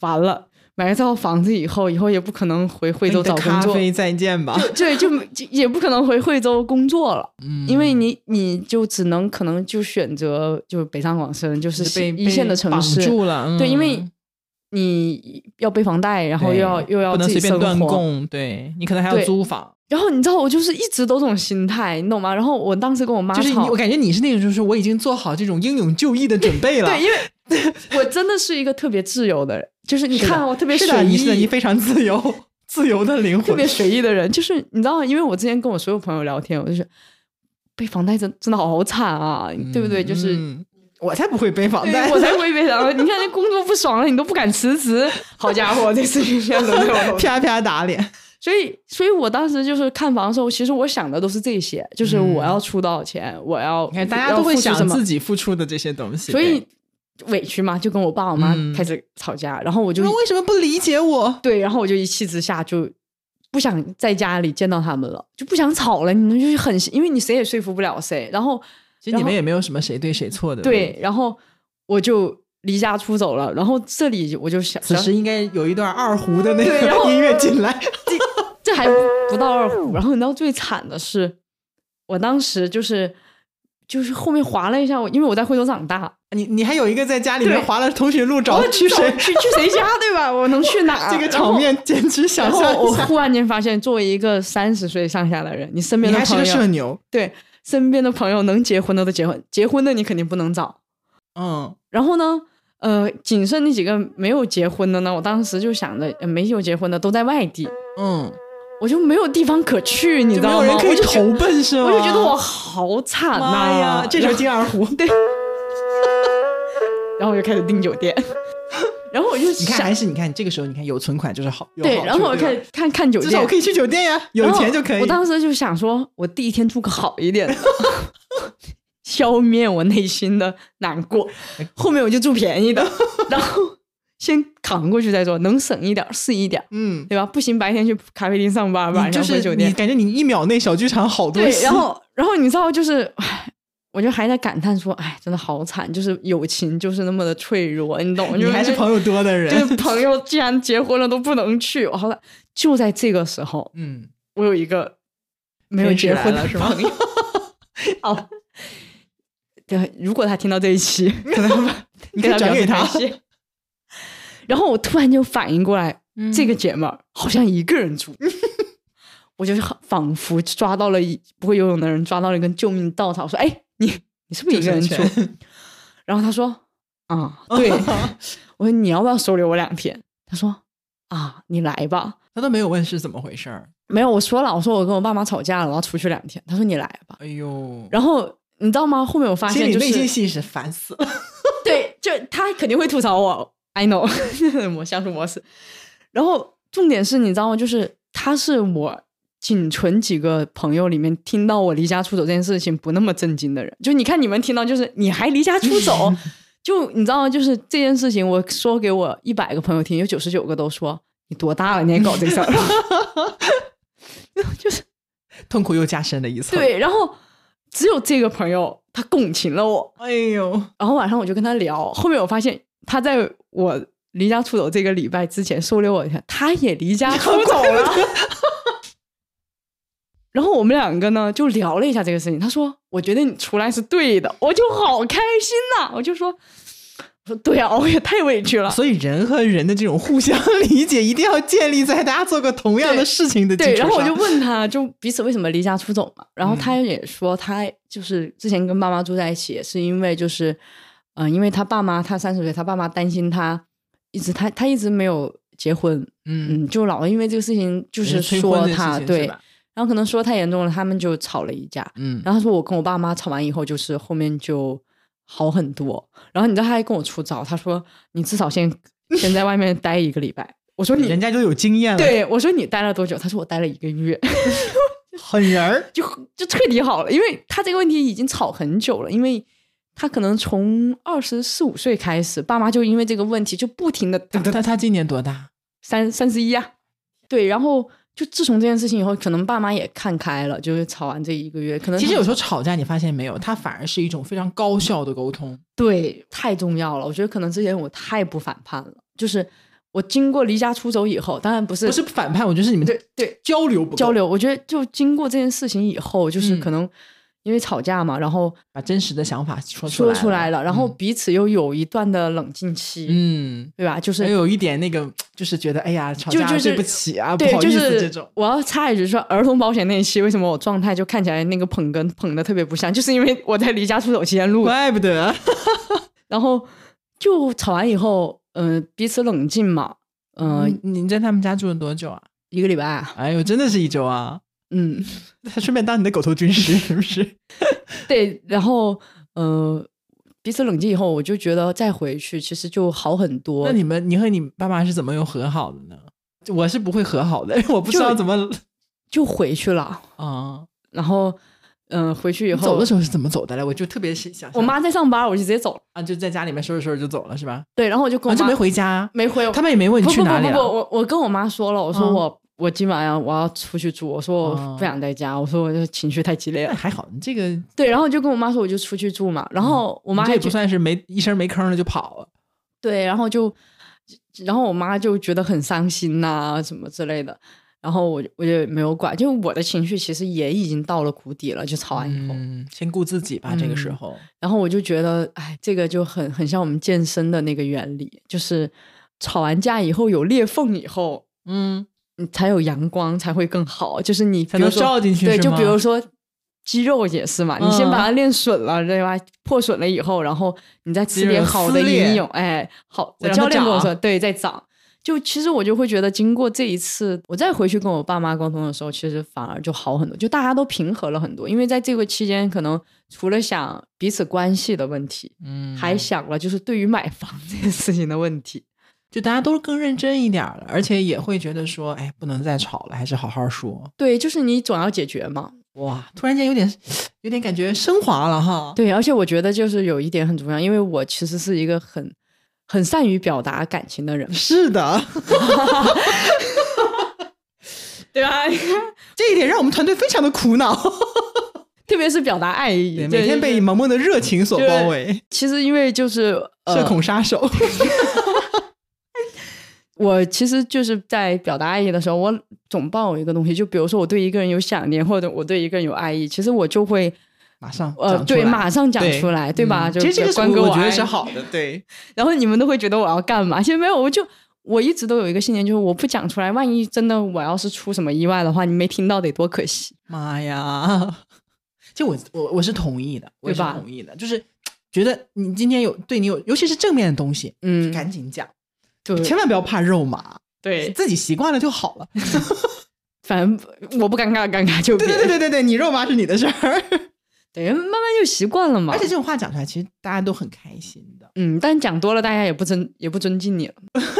B: 完了，买了这套房子以后，以后也不可能回惠州
A: 你的
B: 找工
A: 咖
B: 作，
A: 啡再见吧，
B: 对，就就也不可能回惠州工作了，
A: 嗯
B: 因为你你就只能可能就选择就是北上广深，就是
A: 被
B: 一线的城市
A: 被绑，住了，嗯
B: 对，因为你要背房贷，然后又
A: 对
B: 要又要
A: 不能
B: 自己
A: 随便断
B: 生活，
A: 供，对你可能还要
B: 对
A: 租房，
B: 然后你知道我就是一直都这种心态，你懂吗？然后我当时跟我妈
A: 就是你
B: 吵
A: 我感觉你是那种就是我已经做好这种英勇就义的准备了，
B: 对，因 为我真的是一个特别自由的人，就是你
A: 是的
B: 看啊我特别
A: 是
B: 随
A: 的，你是的，你
B: 意，
A: 非常自由，自由的灵魂，
B: 特别随意的人，就是你知道吗，因为我之前跟我所有朋友聊天，我就是被房贷真真的好惨啊，对不对？就是。
A: 嗯我才不会背房贷，
B: 对，我才不会被房贷。你看那工作不爽了，你都不敢辞职。好家伙，这事情现在轮到我头上。
A: 啪啪打脸。
B: 所以，所以我当时就是看房的时候，其实我想的都是这些，就是
A: 嗯
B: 我要出多少钱，我要
A: 你看，大家都会
B: 要付出什
A: 想
B: 么
A: 自己付出的这些东西，
B: 所
A: 对
B: 以委屈嘛，就跟我爸我妈
A: 嗯
B: 开始吵架，然后我就
A: 你们为什么不理解我？
B: 对，然后我就一气之下就不想在家里见到他们了，就不想吵了。你们就是很，因为你谁也说服不了谁。然后
A: 其实你
B: 然后
A: 们也没有什么谁对谁错的。
B: 对，，然后我就离家出走了。然后这里我就想，
A: 此时应该有一段二胡的那
B: 对然后
A: 个音乐进来，
B: 这还不到二
A: 嗯
B: 胡。然后你知道最惨的是，我当时就是就是后面划了一下我，因为我在惠州长大，
A: 你你还有一个在家里面
B: 对
A: 划了通讯录
B: 我
A: 找去
B: 找
A: 谁，
B: 去去谁家对吧？我能去哪儿？
A: 这个
B: 然
A: 场
B: 后
A: 面简直想
B: 然后
A: 象一
B: 我
A: 下。
B: 忽然间发现，作为一个三十岁上下的人，你身边
A: 你
B: 的
A: 还是
B: 朋
A: 个
B: 友，
A: 社牛，
B: 对身边的朋友能结婚的都结婚，结婚的你肯定不能找。
A: 嗯，
B: 然后呢，呃，仅剩那几个没有结婚的呢，我当时就想着，呃没有结婚的都在外地，
A: 嗯，
B: 我就没有地方可去，你
A: 就
B: 知
A: 没
B: 道
A: 有人
B: 吗？
A: 可以
B: 我就觉
A: 投奔是吗？
B: 我就觉得我好惨啊呐、
A: 啊妈呀，这时候进二 胡，对，
B: 然后我就开始订酒 店，然后我就
A: 你看还
B: 想，
A: 是你看这个时候你看有存款就是好，有
B: 对
A: 好，处
B: 然后我就
A: 对吧
B: 开始看看酒
A: 至少
B: 店
A: 我可，以去酒店呀，有
B: 然后
A: 钱就可以
B: 我。当时就想说，我第一天住个好一点的， 消灭我内心的难过。
A: 哎
B: 后面我就住便宜的，然后先扛过去再说，能省一点儿是一点儿，
A: 嗯，
B: 对吧？不行，白天去咖啡厅上班，晚
A: 你就
B: 上回
A: 是
B: 酒
A: 你
B: 店。
A: 感觉你一秒内小剧场好多
B: 对，
A: 戏
B: 然后然后你知道就是。唉我就还在感叹说：“哎，真的好惨，就是友情就是那么的脆弱，你懂？
A: 你
B: 就
A: 还是
B: 那
A: 朋友多的
B: 就
A: 人，
B: 是朋友既然结婚了都不能去，好了，就在这个时候，
A: 嗯，
B: 我有 一个没有
A: 天使
B: 结婚
A: 来
B: 的
A: 了是吗
B: 朋友。 好，哦对，如果他听到这一期，
A: 可能 你可
B: 跟
A: 以
B: 他
A: 转
B: 表
A: 给
B: 示感
A: 他，
B: 谢。然后我突然就反应过来，
A: 嗯
B: 这个姐们儿好像一个人 住，我就是好仿佛抓到了一不会游泳的人，抓到了一根救命稻草，说：“哎，你你是不是 一个人住
A: 救生？”
B: 然后他说：“啊，对。” 我说：“你要不要收留我两天？”他说：“啊，你来吧。”
A: 他都没有问是怎么回事儿。
B: 没有，我说了，我说我跟我爸妈吵架了，我要出去两天。他说你来吧。
A: 哎呦，
B: 然后你知道吗？后面我发
A: 心
B: 现
A: 里
B: 就
A: 内心
B: 是
A: 戏是烦死了。
B: 对，就他肯定会吐槽我，I know，我 相处模式。然后重点是你知道吗？就是他是我仅存几个朋友里面听到我离家出走这件事情不那么震惊的人。就你看你们听到，就是你还离家出走，就你知道吗？就是这件事情，我说给我一百个朋友听，有九十九个都说你多大了，你还搞这事儿。
A: 痛苦又加深了一层。，
B: 对，然后只有这个朋友他共情了我，
A: 哎呦，
B: 然后晚上我就跟他聊，后面我发现他在我离家出走这个礼拜之前收留我一下，他也离家出走了。 然后我们两个呢就聊了一下这个事情，他说：“我觉得你出来是对的。”我就好开心呐、我就说：“说对啊，我也太委 屈了。
A: 所以人和人的这种互相理解，一定要建立在大家做过同样的
B: 对
A: 事 情的基础
B: 对，
A: 上。
B: 然后我就问他，就彼此为什么离家出走嘛？
A: 嗯
B: 然后他也说，他就是之前跟爸妈住在一起，也是因为就是，嗯、因为他爸妈，他三十岁，他爸妈担心他一直他他一直没有结婚，
A: 嗯，
B: 嗯，就老因为这个事情就
A: 人催
B: 是
A: 婚
B: 说
A: 的事
B: 他
A: 情是
B: 对，
A: 吧
B: 然后可能说太严重了，他们就吵了一架。
A: 嗯，
B: 然后他说我跟我爸妈吵完以后，就是后面就好很多。然后你知道他还跟我出招，他说你至少先先在外面待一个礼拜。我说
A: 人
B: 你
A: 家就有经验了，，
B: 对我说你待了多久？他说我待了一个月，
A: 狠人儿，
B: 就就彻底好了。因为他这个问题已经吵很久了，因为他可能从二十四五岁开始，爸妈就因为这个问题就不停的打
A: 他他今年多大？
B: 三三十一啊，对，然后。就自从这件事情以后，可能爸妈也看开了，就是吵完这一个月，可能
A: 其实
B: 他
A: 有时候吵架，你发现没有，它反而是一种非常高效的沟通。
B: 对，太重要了。我觉得可能之前我太不反叛了，就是我经过离家出走以后，当然不是
A: 不是反叛，我觉得是你们
B: 对对
A: 交流不够
B: 交，流，我觉得就经过这件事情以后，就是
A: 嗯
B: 可能因为吵架嘛，然后
A: 把真实的想法说出
B: 说
A: 来
B: 出来了，然后
A: 嗯
B: 彼此又有一段的冷静期，
A: 嗯，
B: 对吧？就是
A: 还有一点那个，就是觉得哎呀，吵架
B: 就就是
A: 对不起啊，不
B: 对，
A: 好
B: 就
A: 意思这
B: 是
A: 种。
B: 我要插一句说，儿童保险那一期为什么我状态就看起来那个捧哏捧的特别不像，就是因为我在离家出走期间录的。
A: 怪不得，
B: 然后就吵完以后，嗯、彼此冷静嘛，嗯、
A: 嗯，您在他们家住了多久啊？
B: 一个礼拜啊，
A: 哎呦，真的是一周啊！
B: 嗯，
A: 他 顺便当你的狗头军师，是不 是？
B: 对，然后呃，彼此冷静以后，我就觉得再回去其实就好很多。
A: 那你们，你和你爸妈是怎么又和好的呢？我是不会和好的，我不知道
B: 就
A: 怎么
B: 就回去了，
A: 啊。
B: 然后嗯、呃回去以
A: 你走
B: 后
A: 的，时候是怎么走的来？我就特别想，
B: 我妈在上班，我就直接走了。
A: 啊，就在家里面收拾收拾就走了，是吧？
B: 对，然后我就跟
A: 啊，
B: 我
A: 就
B: 妈、
A: 没回家，
B: 没回，
A: 他们也没问你
B: 不
A: 去
B: 不不
A: 哪里啊
B: 不不，
A: 了。
B: 我我跟我妈说了，我说
A: 嗯
B: 我、我今晚要我要出去住，我说
A: 嗯
B: 我不想在家，我说我这情绪太激烈
A: 那
B: 了。
A: 哎 还好，你这个
B: 对，然后我就跟我妈说我就出去住嘛，然后我
A: 我
B: 妈
A: 嗯这
B: 还
A: 也不
B: 觉
A: 算是没一声没吭的就跑了。
B: 对，然后就，然后我妈就觉得很伤心呐、什么之类的。然后我就我就没有管，就我的情绪其实也已经到了谷底了，就吵完以后，
A: 嗯，先顾自己吧，这个时
B: 嗯
A: 候。
B: 然后我就觉得，哎，这个就很很像我们健身的那个原理，就是吵完架以后有裂缝以后，
A: 嗯，
B: 你才有阳光才会更好，就是你
A: 才
B: 比如
A: 能
B: 说
A: 照进去
B: 对，
A: 是
B: 就
A: 吗
B: 比如说肌肉也是嘛，你先把
A: 嗯
B: 它练损了，对吧？破损了以后，然后你再
A: 肌
B: 吃
A: 肉
B: 点好
A: 撕
B: 的
A: 裂
B: 营养，哎，好，
A: 再
B: 我
A: 让它
B: 教练跟我
A: 长
B: 说，对，再长。就其实我就会觉得，经过这一次，我再回去跟我爸妈沟通的时候，其实反而就好很多，就大家都平和了很多。因为在这个期间，可能除了想彼此关系的问题，
A: 嗯，
B: 还想了就是对于买房 这件事情的问题。
A: 就大家都更认真一点儿了，而且也会觉得说，哎，不能再吵了，还是好好说。
B: 对，就是你总要解决嘛。
A: 哇，突然间有点 有点感觉升华了哈。，
B: 对，而且我觉得就是有一点很重要，因为我其实是一个很很善于表达感情的 人
A: 是的，
B: 对
A: 啊
B: 吧？
A: 这一点让我们团队非常的苦恼，
B: 特别是表达爱意，
A: 对
B: 对
A: 每天
B: 就
A: 被
B: 是
A: 萌萌的热情所
B: 就是
A: 包围，
B: 其实因为就是
A: 社
B: 呃，
A: 恐杀手。
B: 我其实就是在表达爱意的时候，我总抱有一个东西，就比如说我对一个人有想念，或者我对一个人有爱意，其实我就会
A: 马上
B: 呃，
A: 讲出
B: 对，
A: 来
B: 马上讲出来，对吧？
A: 嗯
B: 就
A: 其实这个是
B: 关哥
A: 我
B: 我
A: 觉得
B: 爱
A: 是
B: 你
A: 好的，对，
B: 然后你们都会觉得我要干嘛？其实没有，我就我一直都有一个信念，就是我不讲出来，万一真的我要是出什么意外的话，你没听到得多可惜。
A: 妈呀！ 就我我我是同意的，我也
B: 对
A: 是
B: 吧
A: 同意的，就是觉得你今天有对你有，尤其是正面的东西，
B: 嗯，
A: 赶紧讲，千
B: 对
A: 万不要怕肉麻，
B: 对，
A: 自己习惯了就好了。
B: 反正我不尴尬，尴尬就别
A: 对对对对对对，你 肉麻是你的事儿，
B: 对慢慢就习惯了嘛。
A: 而且这种话讲出来，其实大家都很开心的，
B: 嗯，但讲多了，大家也不尊也不尊敬你了，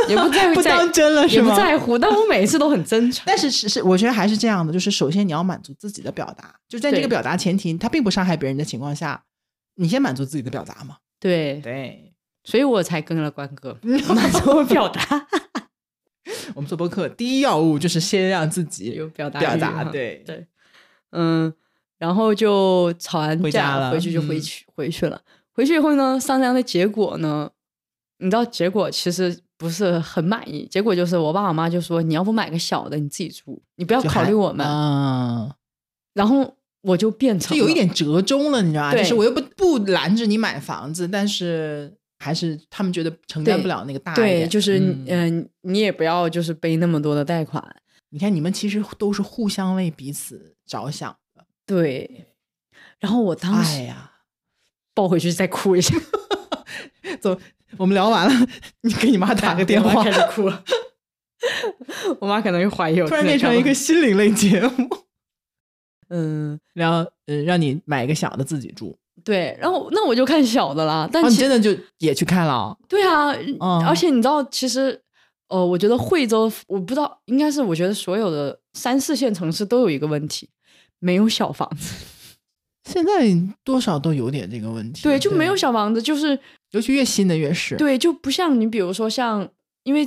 B: 也不 在
A: 不
B: 在
A: 当真了
B: 也
A: 是
B: 不
A: 吗？
B: 在乎。但我每一次都很真诚。
A: 但是是是，我觉得还是这样的，就是首先你要满足自己的表达，就在这
B: 对
A: 个表达前提，它并不伤害别人的情况下，你先满足自己的表达嘛。
B: 对，
A: 对，
B: 所以我才跟了关 哥，满足我表达，
A: 我们做播客第一要务就是先让自己
B: 有表达欲
A: 表达，
B: 哈
A: 对，
B: 对，嗯，然后就吵完架
A: 回家了
B: 回去就回
A: 嗯
B: 去、回去了。回去以后呢，商量的结果呢，你知道结果其实不是很满意。结果就是我爸我妈就说：“你要不买个小的，你自己住，你不要
A: 就
B: 考
A: 还
B: 虑我们。
A: 嗯，
B: 然后我就变成
A: 就有一
B: 了
A: 点折中了，你知道吧？就
B: 对
A: 是我又不不拦着你买房子，但是还是他们觉得承担
B: 对
A: 不了那个大一
B: 对，
A: 点
B: 就是
A: 嗯
B: 嗯、你也不要就是背那么多的贷款。
A: 你看，你们其实都是互相为彼此着想。
B: 对，然后我当
A: 哎
B: 时
A: 呀，
B: 抱回去再哭一下，
A: 走，我们聊完了，你给你妈打个电
B: 我妈
A: 话
B: 开。始哭了。 我妈可能会怀疑我
A: 突然
B: 在
A: 变成
B: 干
A: 一个
B: 嘛
A: 心灵类节目，
B: 嗯，
A: 然后呃，让你买一个小的自己住，
B: 对，然后那我就看小的啦。但
A: 哦，你
B: 其实、
A: 真的就也去看了啊、
B: 对啊，
A: 嗯
B: 而且你知道，其实呃，我觉得惠州，我不知道，应该是我觉得所有的三四线城市都有一个问题，没有小房子。
A: 现在多少都有点这个问题，
B: 对，就没有，小房子，就是
A: 尤其越新的越是。，
B: 对，就不像你，比如说像，因为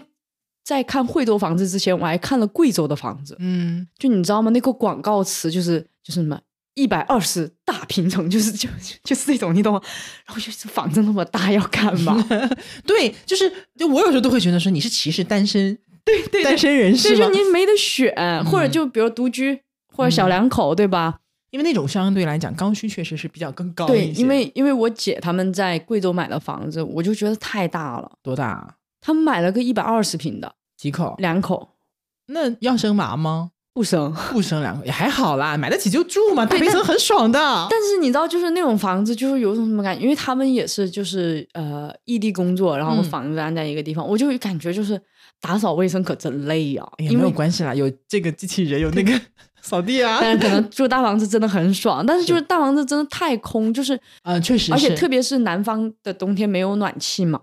B: 在看惠州房子之前，我还看了贵州的房子，
A: 嗯，
B: 就你知道吗？那个广告词就是就是什么一百二十大平层，就是就就就是那种，你懂吗？然后就是房子那么大要干 嘛？
A: 对，就是就我有时候都会觉得说你是歧视单身，对
B: 对
A: 单身人
B: 所以
A: 士
B: 说
A: 吗？
B: 你没得选，或者就比如独居或者小两口，对吧？
A: 因为那种相对来讲刚需确实是比较更高
B: 对，
A: 一些
B: 因为因为我姐他们在贵州买的房子，我就觉得太大了，
A: 多大啊
B: 他们买了个一百二十平的，
A: 几口，
B: 两口
A: 那要生娃吗？
B: 不生。
A: 不生两口也还好啦，买得起就住嘛，大
B: 对
A: 平层
B: 但
A: 很爽的。
B: 但是你知道，就是那种房子，就是有种什么感觉，因为他们也是就是呃异地工作，然后
A: 嗯
B: 房子安在一个地方，我就感觉就是打扫卫生可真累呀、
A: 哎呀，
B: 因
A: 没
B: 为
A: 有关系啦，有这个机器人，有那个 扫地啊，
B: 但是可能住大房子真的很爽，但是就是大房子真的太空，就是
A: 嗯，确实是，
B: 而且特别是南方的冬天没有暖气嘛，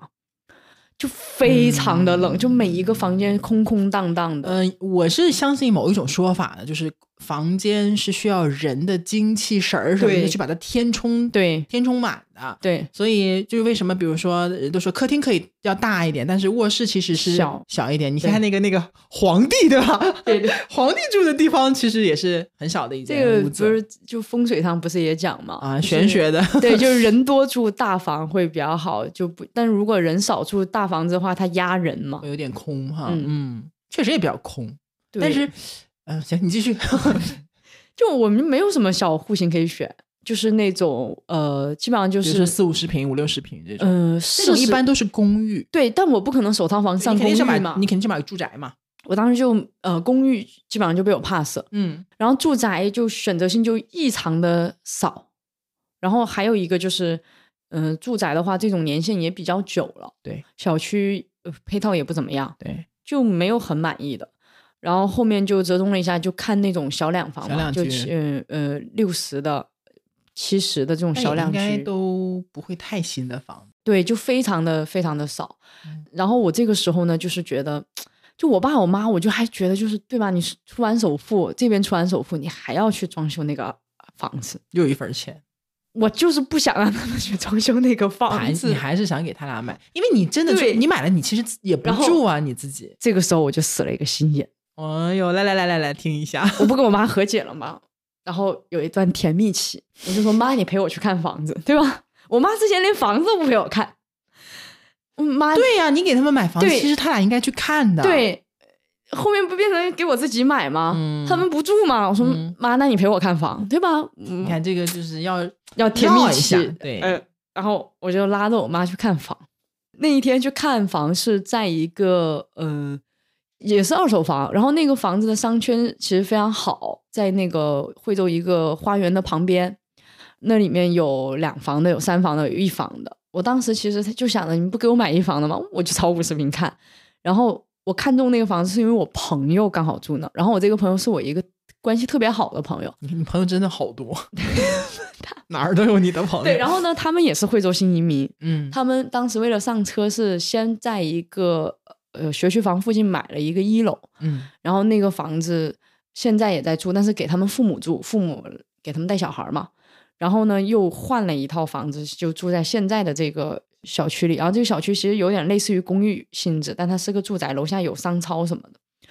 B: 就非常的冷，就每一个房间空空荡荡的。
A: 嗯、我是相信某一种说法的，就是房间是需要人的精气神儿什么的
B: 对
A: 去把它填充，，
B: 对
A: 填充满的。
B: 对
A: 所以就是为什么，比如说呃都说客厅可以要大一点，但是卧室其实是
B: 小
A: 小一点。你
B: 对
A: 看那个那个皇帝对吧？
B: 对对，
A: 皇帝住的地方其实也是很小的一
B: 这
A: 间
B: 个
A: 屋
B: 不
A: 子
B: 是就风水上不是也讲嘛？
A: 啊，
B: 就是
A: 玄学的。
B: 对，就是人多住大房会比较好，就不。但如果人少住大房子的话，它压人 嘛
A: 会。有点空哈，
B: 嗯
A: 嗯，确实也比较空。
B: 对
A: 但是，嗯、行，你继 续。
B: 就我们没有什么小户型可以选，就是那种呃，基本上就
A: 比如说
B: 是
A: 四五十平、五六十平这种，
B: 嗯，
A: 这
B: 四
A: 种
B: 十
A: 一般都是公寓，
B: 对，但我不可能首套房上
A: 你肯定
B: 公寓
A: 是买，
B: 嘛
A: 你。肯定是买个住宅嘛。
B: 我当时就呃，公寓基本上就被我 pass 了，
A: 嗯，
B: 然后住宅就选择性就异常的少，然后还有一个就是，嗯、住宅的话，这种年限也比较久了，
A: 对，
B: 小区、呃配套也不怎么样，
A: 对，
B: 就没有很满意的。然后后面就折中了一下，就看那种小两房
A: 小
B: 嘛，
A: 两
B: 就
A: 居
B: 七嗯呃六十的、七十的这种
A: 但
B: 小
A: 也
B: 两
A: 应该
B: 居，
A: 都不会太新的房子。
B: 对，就非常的非常的少
A: 嗯。
B: 然后我这个时候呢，就是觉得，就我爸我妈，我就还觉得就是对吧？你是出完首付，这边出完首付，你还要去装修那个房子，
A: 又一份钱，
B: 我就是不想让他们去装修那个
A: 还
B: 房
A: 你
B: 子。
A: 还是想给他俩买，因为你真的
B: 对
A: 住，你买了，你其实自也不
B: 然后
A: 住啊，你自己。
B: 这个时候我就死了一个心眼，
A: 哎呦，来来来来来，听一下。
B: 我不跟我妈和解了嘛。然后有一段甜蜜期，我就说妈，你陪我去看房子，对吧？我妈之前连房子都不陪我看，我妈
A: 对啊呀、你给他们买房，
B: 对
A: 其实他俩应该去看的。，
B: 对，后面不变成给我自己买吗？
A: 嗯
B: 他们不住嘛，我说、
A: 嗯
B: 妈，那你陪我看房，对吧？嗯
A: 你，看这个就是要
B: 要甜蜜
A: 绕一下
B: 期，
A: 对
B: 嗯、然后我就拉着我妈去看房。那一天去看房是在一个嗯、呃也是二手房，然后那个房子的商圈其实非常好，在那个惠州一个花园的旁边，那里面有两房的，有三房的，有一房的。我当时其实就想着，你不给我买一房的吗？我就朝五十平看。然后我看中那个房子是因为我朋友刚好住那儿，然后我这个朋友是我一个关系特别好的朋友，
A: 你看你朋友真的好 多，哪儿都有你的朋友。
B: 对，然后呢，他们也是惠州新移民，
A: 嗯，
B: 他们当时为了上车是先在一个呃学区房附近买了一个一楼，
A: 嗯
B: 然后那个房子现在也在住，但是给他们父母住，父母给他们带小孩嘛。然后呢，又换了一套房子，就住在现在的这个小区里。然后这个小区其实有点类似于公寓性质，但它是个住宅，楼下有商超什么的。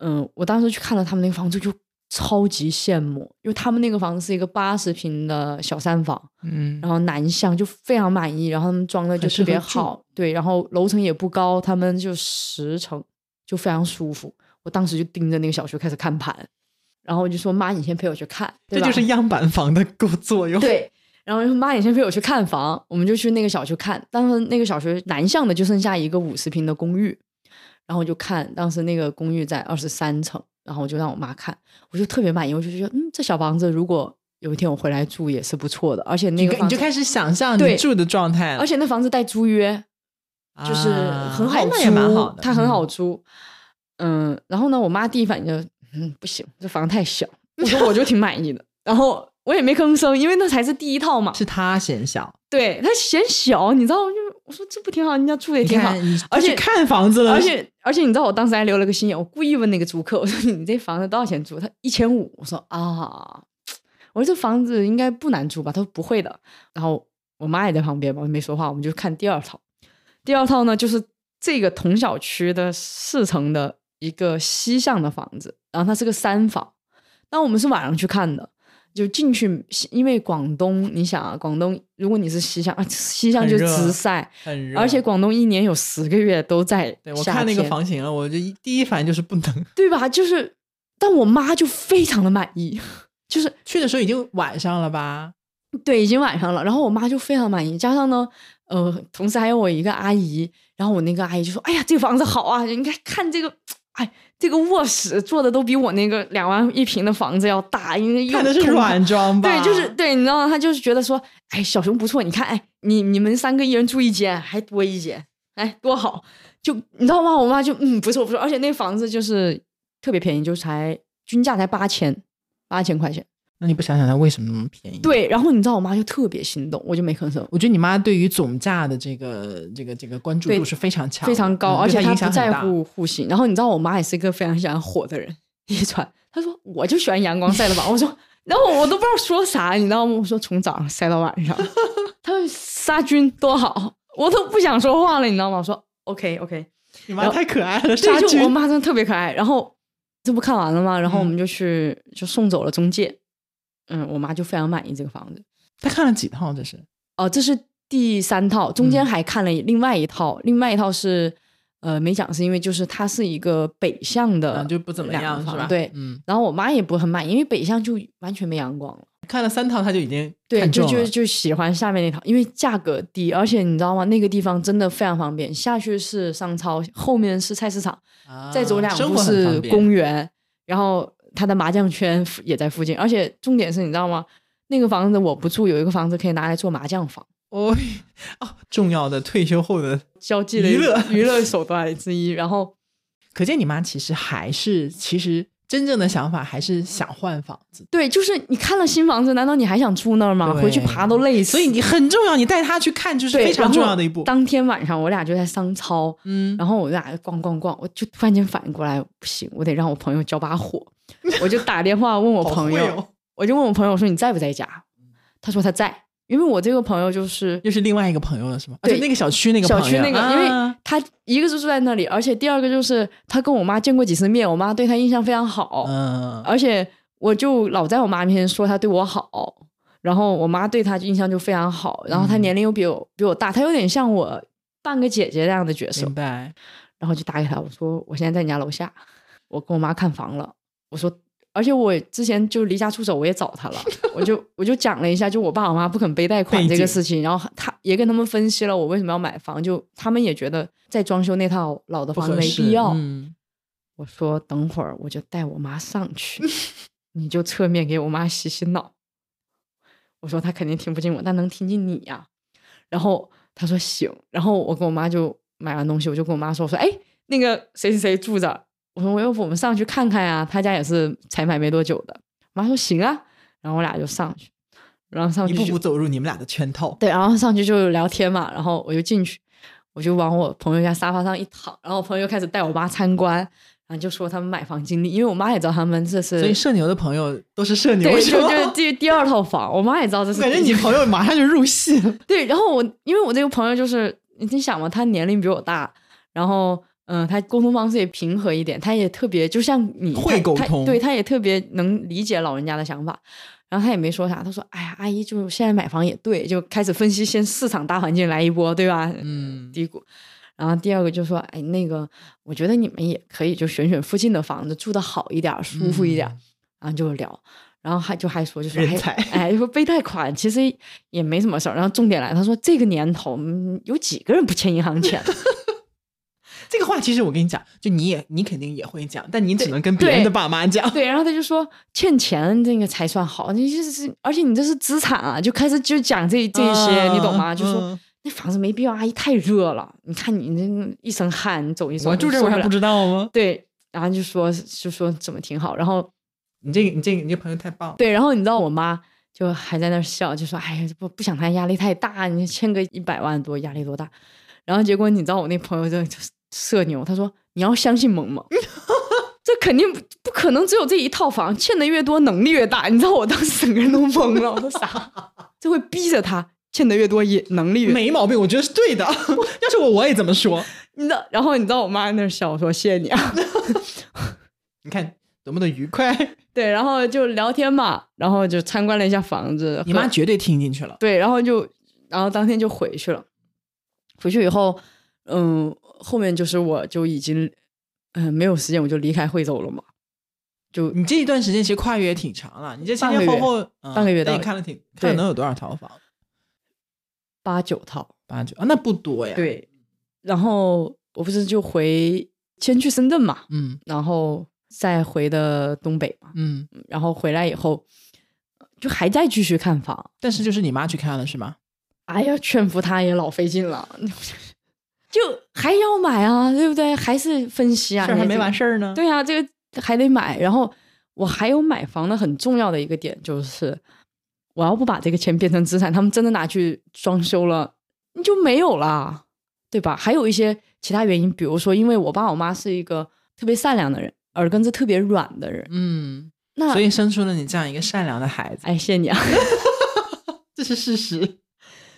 B: 嗯，我当时去看了他们那个房子，就超级羡慕，因为他们那个房子是一个八十平的小三房，
A: 嗯，
B: 然后南向就非常满意，然后他们装的就
A: 很适
B: 特别
A: 合住
B: 好，对，然后楼层也不高，他们就十层，就非常舒服。我当时就盯着那个小区开始看盘，然后我就说：“妈，你先陪我去看。”对
A: 这
B: 吧
A: 就是样板房的作用。
B: 对。然后就说妈，你先陪我去看房，我们就去那个小区看。当时那个小区南向的就剩下一个五十平的公寓，然后我就看，当时那个公寓在二十三层，然后我就让我妈看，我就特别满意，我就觉得嗯，这小房子如果有一天我回来住也是不错的，而且那
A: 你
B: 个
A: 你就
B: 房子
A: 开始想象你
B: 对
A: 住的状态了，
B: 而且那房子带租约，就是
A: 啊
B: 很好
A: 哎
B: 租，
A: 那也蛮好的，
B: 它很好
A: 嗯。
B: 租。嗯，然后呢，我妈第一反应就，嗯，不行，这房太小。我说我就挺满意的，然后我也没吭声，因为那才是第一套嘛。
A: 是他嫌小，
B: 对，它嫌小，你知道，就是我说这不挺好，人家住的也
A: 你
B: 挺好
A: 看。你
B: 而且
A: 他去看房子了，
B: 而且而且你知道我当时还留了个心眼，我故意问那个租客，我 说你这房子多少钱租？他一千五，我说啊，我说这房子应该不难租吧？他说不会的。然后我妈也在旁边嘛，我没说话，我们就看第二套。第二套呢，就是这个同小区的四层的一个西向的房子，然后它是个三房，但我们是晚上去看的。就进去，因为广东，你想啊，广东如果你是西向啊，西向就
A: 很热
B: 直晒，
A: 很热，
B: 而且广东一年有十个月都在
A: 对我
B: 夏
A: 看那个
B: 天
A: 房型了，我就一第一反应就是不 能
B: 对吧？就是，但我妈就非常的满意， 就是
A: 去的时候已经晚上了吧？
B: 对，已经晚上了，然后我妈就非常满意，加上呢，呃，同时还有我一个阿姨，然后我那个阿姨就说：“哎呀，这个房子好啊，你看看这个，哎，这个卧室做的都比我那个两万一平的房子要大，因为用
A: 看的是
B: 通
A: 软装吧？
B: 对，就是对，你知道吗？他就是觉得说，哎，小熊不错，你看，哎，你你们三个一人住一间，还多一间，哎，多好！就你知道吗？我妈就嗯，不错不错，而且那房子就是特别便宜，就才均价才八千，八千块钱。
A: 那你不想想它为什么那么便宜？，
B: 对，然后你知道我妈就特别心动，我就没吭声。
A: 我觉得你妈对于总价的这个这个这个关注
B: 对
A: 度是非常强的，
B: 非常高，
A: 嗯
B: 而且
A: 对她
B: 她
A: 影响
B: 不在
A: 很大。
B: 乎户型。然后你知道，我妈也是一个非常喜欢火的人，遗传。她说我就喜欢阳光晒的晚，我说，然后我都不知道说啥，你知道吗？我说从早上晒到晚上， 她说杀菌多好，我都不想说话了，你知道吗？我说 OK OK，
A: 你妈太可爱了，杀
B: 对，就我
A: 菌。嗯
B: 妈真的特别可爱。然后这不看完了吗？然后我们就去、就送走了中介，嗯，我妈就非常满意这个房子。
A: 她看了几套？这是
B: 哦，这是第三套，中间
A: 嗯
B: 还看了另外一套，另外一套是呃没讲，是因为就是它是一个北向的、
A: 嗯，就不怎么样是吧？
B: 对，
A: 嗯，
B: 然后我妈也不很满意，因为北向就完全没阳光了。
A: 看了三套，她就已经
B: 对，
A: 看
B: 就
A: 中
B: 就
A: 了
B: 就喜欢下面那套，因为价格低，而且你知道吗？那个地方真的非常方便，下去是商超，后面是菜市场，
A: 啊
B: 再走两
A: 生
B: 步
A: 活很
B: 是
A: 方便
B: 公园，然后他的麻将圈也在附近，而且重点是你知道吗？那个房子我不住，有一个房子可以拿来做麻将房。
A: 哦哦，重要的退休后的
B: 交际的
A: 娱乐
B: 娱乐手段之一。然后
A: 可见你妈其实还是，其实真正的想法还是想换房子，
B: 对，就是你看了新房子，难道你还想住那儿吗？
A: 对
B: 回去爬都累死。
A: 所以你很重要，你带她去看就是
B: 对
A: 非常
B: 然后
A: 重要的一步。
B: 当天晚上我俩就在商超，
A: 嗯，
B: 然后我俩逛逛逛，我就突然间反应过来，不行，我得让我朋友交 把火。我就打电话问我
A: 好
B: 朋
A: 会
B: 友，
A: 哦
B: 我就问我朋友说你在不在家？他说他在，因为我这个朋友就是
A: 又是另外一个朋友了是吗？
B: 对
A: 啊就那个小区那个
B: 小
A: 朋
B: 区
A: 友
B: 那个，因为
A: 啊
B: 他一个是住在那里，而且第二个就是他跟我妈见过几次面，我妈对他印象非常好。
A: 嗯，
B: 而且我就老在我妈面前说她对我好，然后我妈对她印象就非常好，然后她
A: 嗯
B: 年龄又比我比我大，她有点像我半个姐姐那样的角色
A: 明，白。
B: 然后就打给她，我说我现在在你家楼下，我跟我妈看房了，我说。而且我之前就离家出走，我也找她了，我就我就讲了一下，就我爸我妈不肯背贷款
A: 背
B: 这
A: 景
B: 个事情，然后她也跟他们分析了我为什么要买房，就他们也觉得在装修那套老的
A: 不
B: 房
A: 合
B: 没
A: 适
B: 必要，
A: 嗯，
B: 我说等会儿我就带我妈上去， 你就侧面给我妈洗洗脑。我说她肯定听不进我，但能听进你呀、然后她说行，然后我跟我妈就买完东西，我就跟我妈说，我说哎，那个谁谁谁住着，我说我要不我们上去看看呀、她家也是才买没多久的。我妈说行啊，然后我俩就上去，然后上
A: 一
B: 去
A: 步
B: 就
A: 步走入你们俩的圈套。
B: 对，然后上去就聊天嘛，然后我就进去，我就往我朋友家沙发上一躺，然后我朋友就开始带我妈参观，然后就说他们买房经历，因为我妈也知道他们这是
A: 所以社牛的朋友都是社牛，
B: 对，
A: 是
B: 就
A: 吗？
B: 就第第二套房，我妈也知道这
A: 我
B: 是
A: 感觉
B: 第一
A: 你朋友马上就入戏了。
B: 对，然后我因为我这个朋友就是你想嘛，他年龄比我大，然后嗯，他沟通方式也平和一点，他也特别就像你
A: 会
B: 他
A: 沟
B: 他
A: 通
B: 对，他也特别能理解老人家的想法。然后他也没说啥，他说：“哎呀，阿姨，就现在买房也对，就开始分析先市场大环境来一波，对吧？
A: 嗯，
B: 低谷。然后第二个就说，哎，那个，我觉得你们也可以就选选附近的房子，住的好一点儿，舒服一点儿。然后就聊，然后还就还说就说
A: 嗯人
B: 哎
A: 才
B: 哎，就说背贷款其实也没什么事儿。然后重点来，他说这个年头嗯有几个人不欠银行钱？
A: 这个话其实我跟你讲，就你也你肯定也会讲，但你只
B: 对
A: 能 跟别人
B: 对
A: 的爸妈讲。
B: 对，然后他就说欠钱这个才算好，你这是而且你这是资产啊，就开始就讲这这些，你懂吗？就说、
A: 嗯
B: 那房子没必要，阿姨太热了，你看你这一身汗，你走一走，
A: 我住这
B: 受
A: 我还
B: 了
A: 不知道吗？
B: 对，然后就说就说怎么挺好，然后
A: 你这个你这个你这朋友太棒了，
B: 对，然后你知道我妈就还在那儿笑，就说哎呀不不想她压力太大，你欠个一百万多压力多大？然后结果你知道我那朋友就就社牛，他说你要相 信萌萌。这肯定不不可能只有这一套房，欠的越多能力越大。你知道我当时整个人都懵了，我说啥？这会逼着他欠的越多也能力越
A: 没毛病，我觉得是对的。 要是我我也这么说。
B: 你知道，然后你知道我妈在那儿笑，我说谢谢你啊。
A: 你看多么的愉 快，
B: 对，然后就聊天嘛，然后就参观了一下房子。
A: 你妈
B: 和
A: 绝对听进去了。
B: 对，然后就然后当天就回去了。回去以后，嗯，后面就是我就已经嗯、没有时间，我就离开惠州了嘛。就
A: 你这一段时间其实跨越也挺长了，你这前
B: 半
A: 前
B: 个
A: 后
B: 月
A: 后嗯
B: 半个月
A: 那你
B: 到
A: 看了挺看了
B: 对
A: 能有多少套房？
B: 八九套
A: 八九啊，那不多呀。，
B: 对，然后我不是就回先去深圳嘛，
A: 嗯
B: 然后再回的东北嘛，
A: 嗯，
B: 然后回来以后就还在继续看房。
A: 但是就是你妈去看了是吗？
B: 哎呀，劝服他也老费劲了， 就还要买啊，对不对？还是分析啊，
A: 事儿还
B: 你这
A: 没
B: 个
A: 完事儿呢。，
B: 对啊，这个还得买。然后我还有买房的很重要的一个点就是，我要不把这个钱变成资产，他们真的拿去装修了，你就没有啦，对吧？还有一些其他原因，比如说因为我爸我妈是一个特别善良的人，耳根子特别软的人，
A: 嗯，
B: 那
A: 所以生出了你这样一个善良的孩子，
B: 哎，谢谢你啊。
A: 这是事实。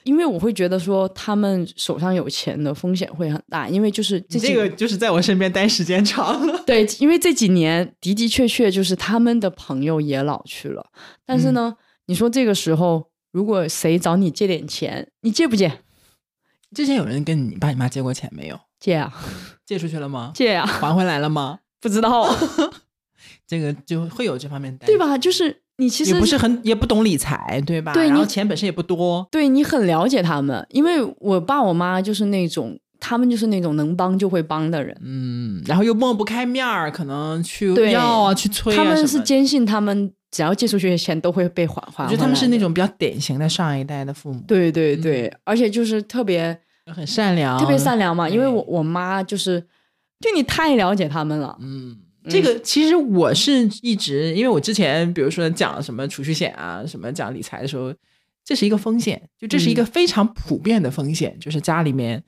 B: 因为我会觉得说，他们手上有钱的风险会很大，因为就是
A: 你
B: 这几
A: 这个就是在我身边待时间长了，
B: 对，因为这几年的的确确就是他们的朋友也老去了，但是
A: 嗯
B: 呢，你说这个时候如果谁找你借点钱，你借不借？
A: 之前有人跟你爸你妈借过钱没有？
B: 借啊，
A: 借出去了吗？
B: 借啊，
A: 还回来了吗？
B: 不 知道，
A: 这个就会有这方面担心，
B: 对？吧？就是你其实
A: 也不是很也不懂理财，对吧？
B: 对你
A: 然后钱本身也不多，
B: 对你很了解他们，因为我爸我妈就是那种，他们就是那种能帮就会帮的人，
A: 嗯，然后又抹不开面儿，可能去
B: 对
A: 要啊，去催啊
B: 他
A: 什么
B: 们
A: 的
B: 是坚信他们只要借出去的钱都会被还
A: 我
B: 还回来的。
A: 觉得他们是那种比较嗯典型的上一代的父母，
B: 对对对，而且就是特别。
A: 很善良，
B: 特别善良嘛，因为
A: 啊对
B: 我我妈就是对你太了解他们了，
A: 嗯，这个其实我是一直，因为我之前比如说讲什么储蓄险啊，什么讲理财的时候，这是一个风险，就这是一个非常普遍的风险，就是家里面，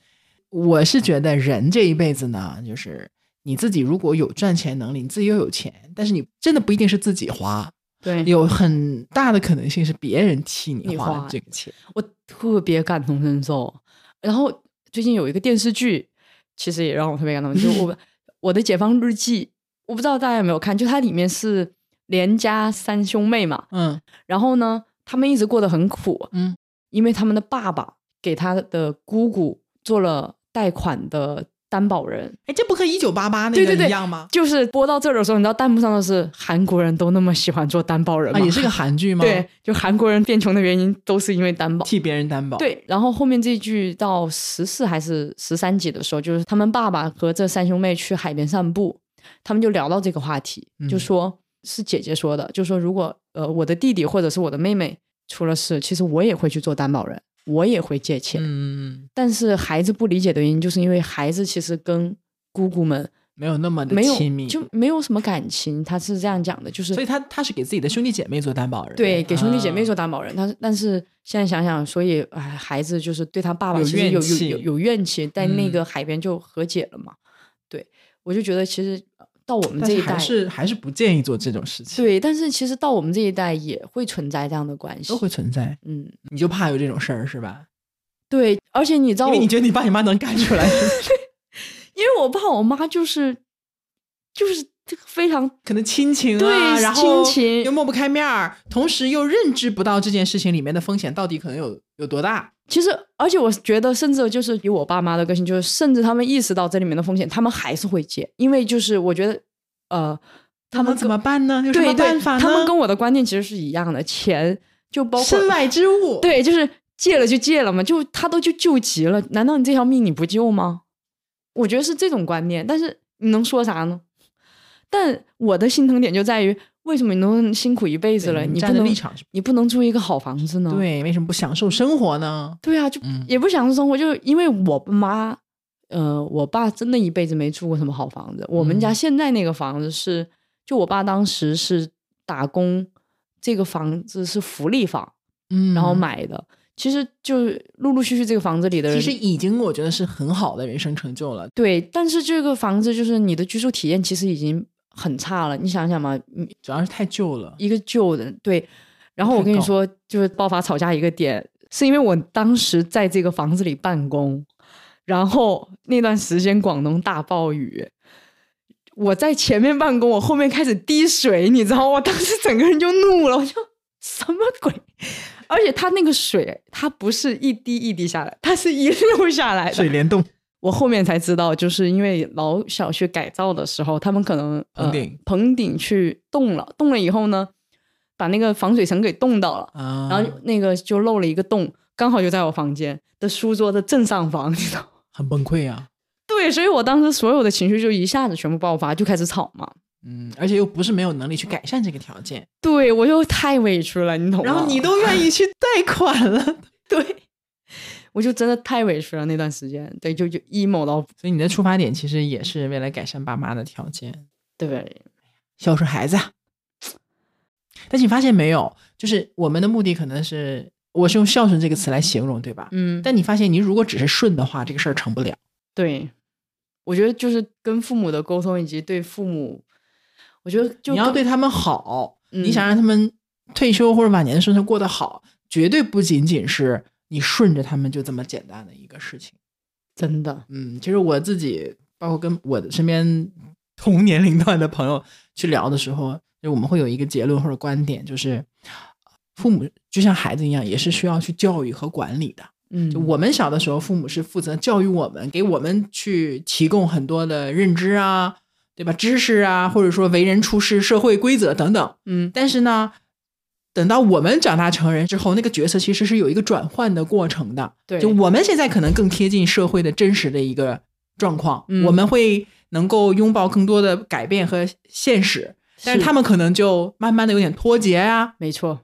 A: 我是觉得人这一辈子呢，就是你自己如果有赚钱能力，你自己又有钱，但是你真的不一定是自己花，
B: 对
A: 有很大的可能性是别人替你
B: 你
A: 花
B: 花
A: 这个钱。
B: 我特别感同身受。然后最近有一个电视剧，其实也让我特别感动，就 我我的解放日记，我不知道大家有没有看，就它里面是连家三兄妹嘛，
A: 嗯
B: 然后呢，他们一直过得很苦，
A: 嗯，
B: 因为他们的爸爸给他的姑姑做了贷款的担保人，
A: 哎，这不和一九八八那
B: 对对
A: 个
B: 对
A: 一样吗？
B: 就是播到这儿的时候，你知道弹幕上都是韩国人都那么喜欢做担保人吗？
A: 啊， 也是个韩剧吗？
B: 对，，就韩国人变穷的原因都是因为担保。
A: 替别人担保。，
B: 对，然后后面这一句到十四还是十三集的时候，就是他们爸爸和这三兄妹去海边散步，他们就聊到这个话题，
A: 嗯
B: 就说是姐姐说的，就说如果呃我的弟弟或者是我的妹妹出了事，其实我也会去做担保人，我也会借钱。
A: 嗯，
B: 但是孩子不理解的原因，就是因为孩子其实跟姑姑们
A: 没有那么的
B: 没有
A: 亲密，
B: 就没有什么感情，他是这样讲的，就是
A: 所以他他是给自己的兄弟姐妹做担保人，
B: 对，给兄弟姐妹
A: 啊
B: 做担保人，但是但是现在想想，所以哎，孩子就是对他爸爸
A: 有
B: 其实有
A: 怨气
B: 有有有怨气，在那
A: 嗯
B: 个海边就和解了嘛。对，我就觉得其实呃到我们
A: 但
B: 这
A: 是
B: 一
A: 还
B: 代，
A: 是还是不建议做这种事情，
B: 对，但是其实到我们这一代也会存在这样的关系
A: 都。会存在。
B: 嗯，
A: 你就怕有这种事儿是吧？
B: 对，而且你知道
A: 因
B: 我，
A: 为你觉得你爸你妈能干 出来，
B: 因为我爸我妈就是就是这个非常
A: 可能亲情啊，
B: 对
A: 然后
B: 亲情
A: 又抹不开面儿，同时又认知不到这件事情里面的风险到底可能有有多大。
B: 其实，而且我觉得，甚至就是以我爸妈的个性，就是甚至他们意识到这里面的风险，他们还是会借，因为就是我觉得，呃，
A: 他们
B: 跟
A: 怎么办呢？有什
B: 对
A: 么
B: 对
A: 办，法呢？
B: 他们跟我的观念其实是一样的，钱就包括
A: 身外之物，，
B: 对，就是借了就借了嘛，就他都就救急了，难道你这条命你不救吗？我觉得是这种观念，但是你能说啥呢？但我的心疼点就在于，为什么你都辛苦一辈子了，
A: 对你
B: 你不
A: 嗯站的
B: 能嗯
A: 立场是
B: 你不能住一个好房子呢？
A: 对，为什么不享受生活呢？
B: 对啊，就
A: 嗯
B: 也不享受生活，就因为我妈，呃，我爸真的一辈子没住过什么好房子。我们家
A: 嗯
B: 现在那个房子是，就我爸当时是打工，这个房子是福利房，
A: 嗯，
B: 然后。买的。其实就是陆陆续续这个房子里的人，
A: 其实已经我觉得是很好的人生成就了，
B: 对，但是这个房子就是你的居住体验其实已经很差了。你想想嘛，嗯
A: 主要是太旧了。
B: 一个旧的对。然后我
A: 太
B: 跟你
A: 高
B: 说，就是爆发吵架一个点，是因为我当时在这个房子里办公，然后那段时间广东大暴雨，我在前面办公，我后面开始滴水，你知道吗，我当时整个人就怒了，我就什么鬼？而且它那个水，它不是一滴一滴下来，它是一路下来的，
A: 帘洞，
B: 我后面才知道，就是因为老小区改造的时候，他们可能
A: 棚顶
B: 呃、棚顶去动了，动了以后呢，把那个防水层给冻到了，
A: 啊、
B: 然后那个就漏了一个洞，刚好就在我房间的书桌的正上方，你知道吗？
A: 很崩溃啊。
B: 对，所以我当时所有的情绪就一下子全部爆发，就开始吵嘛。
A: 嗯，而且又不是没有能力去改善这个条件，
B: 对我又太委屈了，你懂吗？
A: 然后你都愿 意去贷款了，
B: 对，我就真的太委屈了那段时间，对，就就 emo 到
A: 所以你的出发点其实也是为了改善爸妈的条件，
B: 对，
A: 孝顺孩子啊。但是你发现没有，就是我们的目的可能是，我是用孝顺这个词来形容，对吧？
B: 嗯，
A: 但你发现，你如果只是顺的话，这个事儿成不了。
B: 对，我觉得就是跟父母的沟通，以及对父母，我觉得就
A: 你要
B: 跟
A: 对他们好，
B: 嗯
A: 你想让他们退休或者晚年的生活过得好，绝对不仅仅是你顺着他们就这么简单的一个事情。
B: 真的，
A: 嗯，其实我自己包括跟我的身边同年龄段的朋友去聊的时候，就我们会有一个结论或者观点，就是父母就像孩子一样，也是需要去教育和管理的。
B: 嗯，
A: 就我们小的时候，父母是负责教育我们，给我们去提供很多的认知啊，对吧？知识啊，或者说为人处事、社会规则等等。
B: 嗯
A: 但是呢，等到我们长大成人之后，那个角色其实是有一个转换的过程的。
B: 对
A: 就我们现在可能更贴近社会的真实的一个状况，
B: 嗯
A: 我们会能够拥抱更多的改变和现实，但是
B: 是
A: 他们可能就慢慢的有点脱节啊，
B: 没错，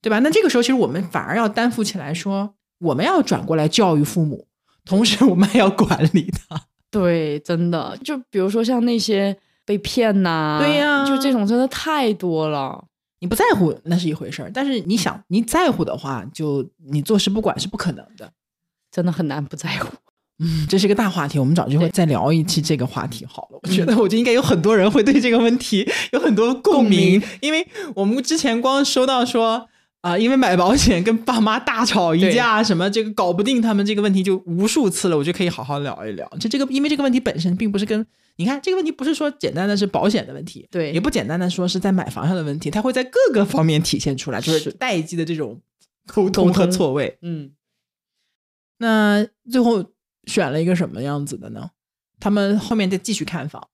A: 对吧？那这个时候，其实我们反而要担负起来说，我们要转过来教育父母，同时我们还要管理他。
B: 对，真的，就比如说像那些被骗呐、
A: 对呀
B: 就这种真的太多了，
A: 你不在乎那是一回事儿，但是你想你在乎的话，就你坐视不管是不可能的。
B: 真的很难不在乎。
A: 嗯，这是一个大话题，我们找机会
B: 对
A: 再聊一期这个话题好了。我觉得，我觉得应该有很多人会对这个问题 有很多共鸣，因为我们之前光收到说啊、因为买保险跟爸妈大吵一架，什么这个搞不定他们这个问题就无数次了。我觉得可以好好聊一聊。就这个，因为这个问题本身并不是跟你看这个问题不是说简单的是保险的问题，
B: 对
A: 也不简单的说是在买房上的问题，它会在各个方面体现出来，就是
B: 是
A: 代际的这种沟通和
B: 通
A: 错位。
B: 嗯，
A: 那最后选了一个什么样子的呢？他们后面再继续看房，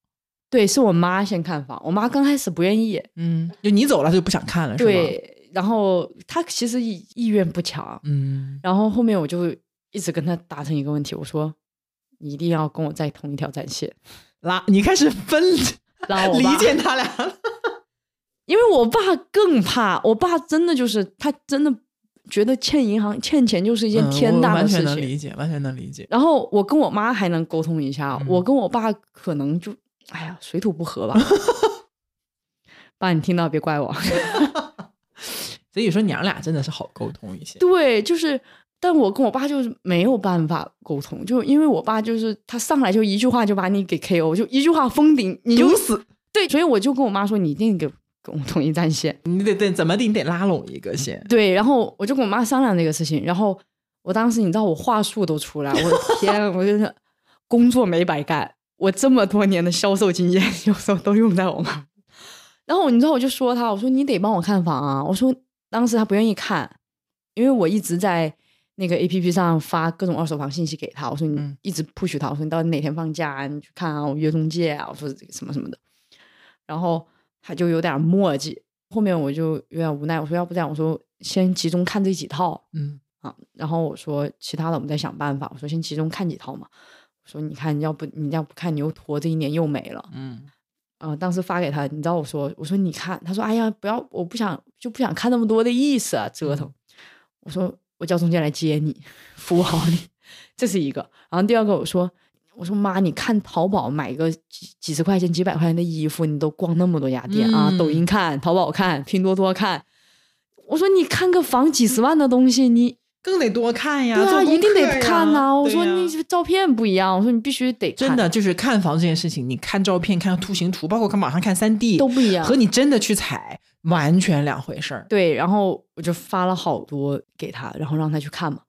B: 对，是我妈先看房，我妈刚开始不愿意，
A: 嗯，就你走了他就不想看了，是吗？，
B: 对，然后她其实意意愿不强，
A: 嗯，
B: 然后后面我就一直跟她达成一个问题，我说你一定要跟我在同一条战线，
A: 拉你开始分
B: 然后我
A: 理
B: 爸
A: 解他俩了，
B: 因为我爸更怕，我爸真的就是他真的觉得欠银行欠钱就是一件天
A: 嗯我
B: 大
A: 完
B: 的事
A: 全能
B: 情。
A: 理解，完全能理解。
B: 然后我跟我妈还能沟通一下，
A: 嗯
B: 我跟我爸可能就哎呀水土不 合吧。爸，你听到别怪我。
A: 所以说娘俩真的是好沟通一些，
B: 对，就是，但我跟我爸就是没有办法沟通，就因为我爸就是他上来就一句话就把你给 KO，就一句话封顶，你就
A: 堵死
B: 对，所以我就跟我妈说，你一定给跟我统一战线。
A: 你得得怎么地你得拉拢一
B: 嗯
A: 个先，
B: 对，然后我就跟我妈商量这个事情，然后我当时你知道我话术都出来，我的天，我就是工作没白干， 我这么多年的销售经验，有时候都用在我妈。 然后你知道我就说她，我说你得帮我看房啊，我说当时她不愿意看，因为我一直在那个 A P P 上发各种二手房信息给她，我说你
A: 嗯
B: 一直 push 她，我说你到底哪天放假啊，你去看啊，我约中介啊，我说这个什么什么的。然后他就有点墨迹。后面我就有点无奈，我说要不这样，我说先集中看这几套
A: 嗯
B: 啊，然后我说其他的我们再想办法。我说先集中看几套嘛。我说你看，要不你要不看，你又拖这一年又没了。
A: 嗯
B: 啊，当时发给他，你知道我说，我说你看，他说哎呀，不要，我不想就不想看那么多的意思啊，折
A: 嗯
B: 腾。我说我叫中介来接你，服务好你， 这是一个。然后第二个我说，我说妈，你看淘宝买个几几十块钱、几百块钱的衣服，你都逛那么多家店、啊，抖
A: 嗯
B: 音看、淘宝看、拼多多看。我说你看个房几十万的东西，你
A: 更得多看呀，
B: 对
A: 做
B: 啊，
A: 功
B: 一定得
A: 课呀
B: 看呐、我
A: 对
B: 说
A: 呀
B: 你这照片不一样，我说你必须得看
A: 真的就是看房这件事情，你看照片、看图形图，包括看网上看三 D，
B: 都不一样，
A: 和你真的去踩完全两回事儿。
B: 对，然后我就发了好多给他，然后让他去看嘛。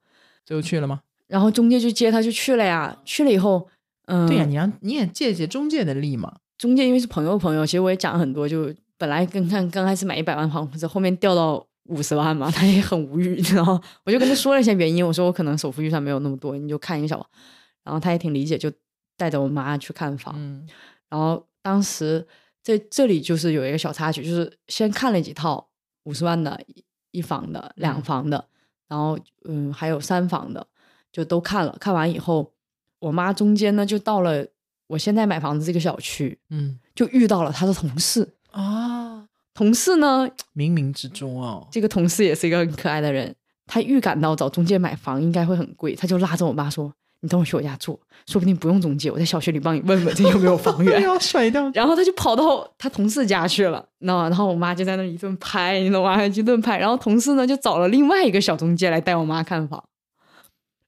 A: 最后去了吗？
B: 然后中介就接他就去了呀，去了以后，嗯，
A: 对呀、你让你也借借中介的力嘛。
B: 中介因为是朋友朋友，其实我也讲很多，就本来跟看刚开始买一百万房子，后面掉到五十万嘛， 他也很无语，你知道吗？我就跟他说了一下原因，我说我可能首付预算没有那么多，你就看一个小吧。然后他也挺理解，就带着我妈去看房。
A: 嗯
B: 然后当时在这里就是有一个小插曲，就是先看了几套五十万的、一一房的、两房的，然后嗯还有三房的，就都看了。看完以后，我妈中间呢就到了我现在买房子这个小区，
A: 嗯
B: 就遇到了她的同事。
A: 啊，
B: 同事呢，
A: 冥冥之中哦，
B: 这个同事也是一个很可爱的人，他预感到找中介买房应该会很贵，他就拉着我妈说：“你等我去我家住，说不定不用中介，我在小区里帮你 问问这有没有房源。” 嗯
A: 要甩掉。
B: 然后他就跑到他同事家去了，你知道吗？然后我妈就在那一顿拍，你懂吗？一顿拍。然后同事呢就找了另外一个小中介来带我妈看房，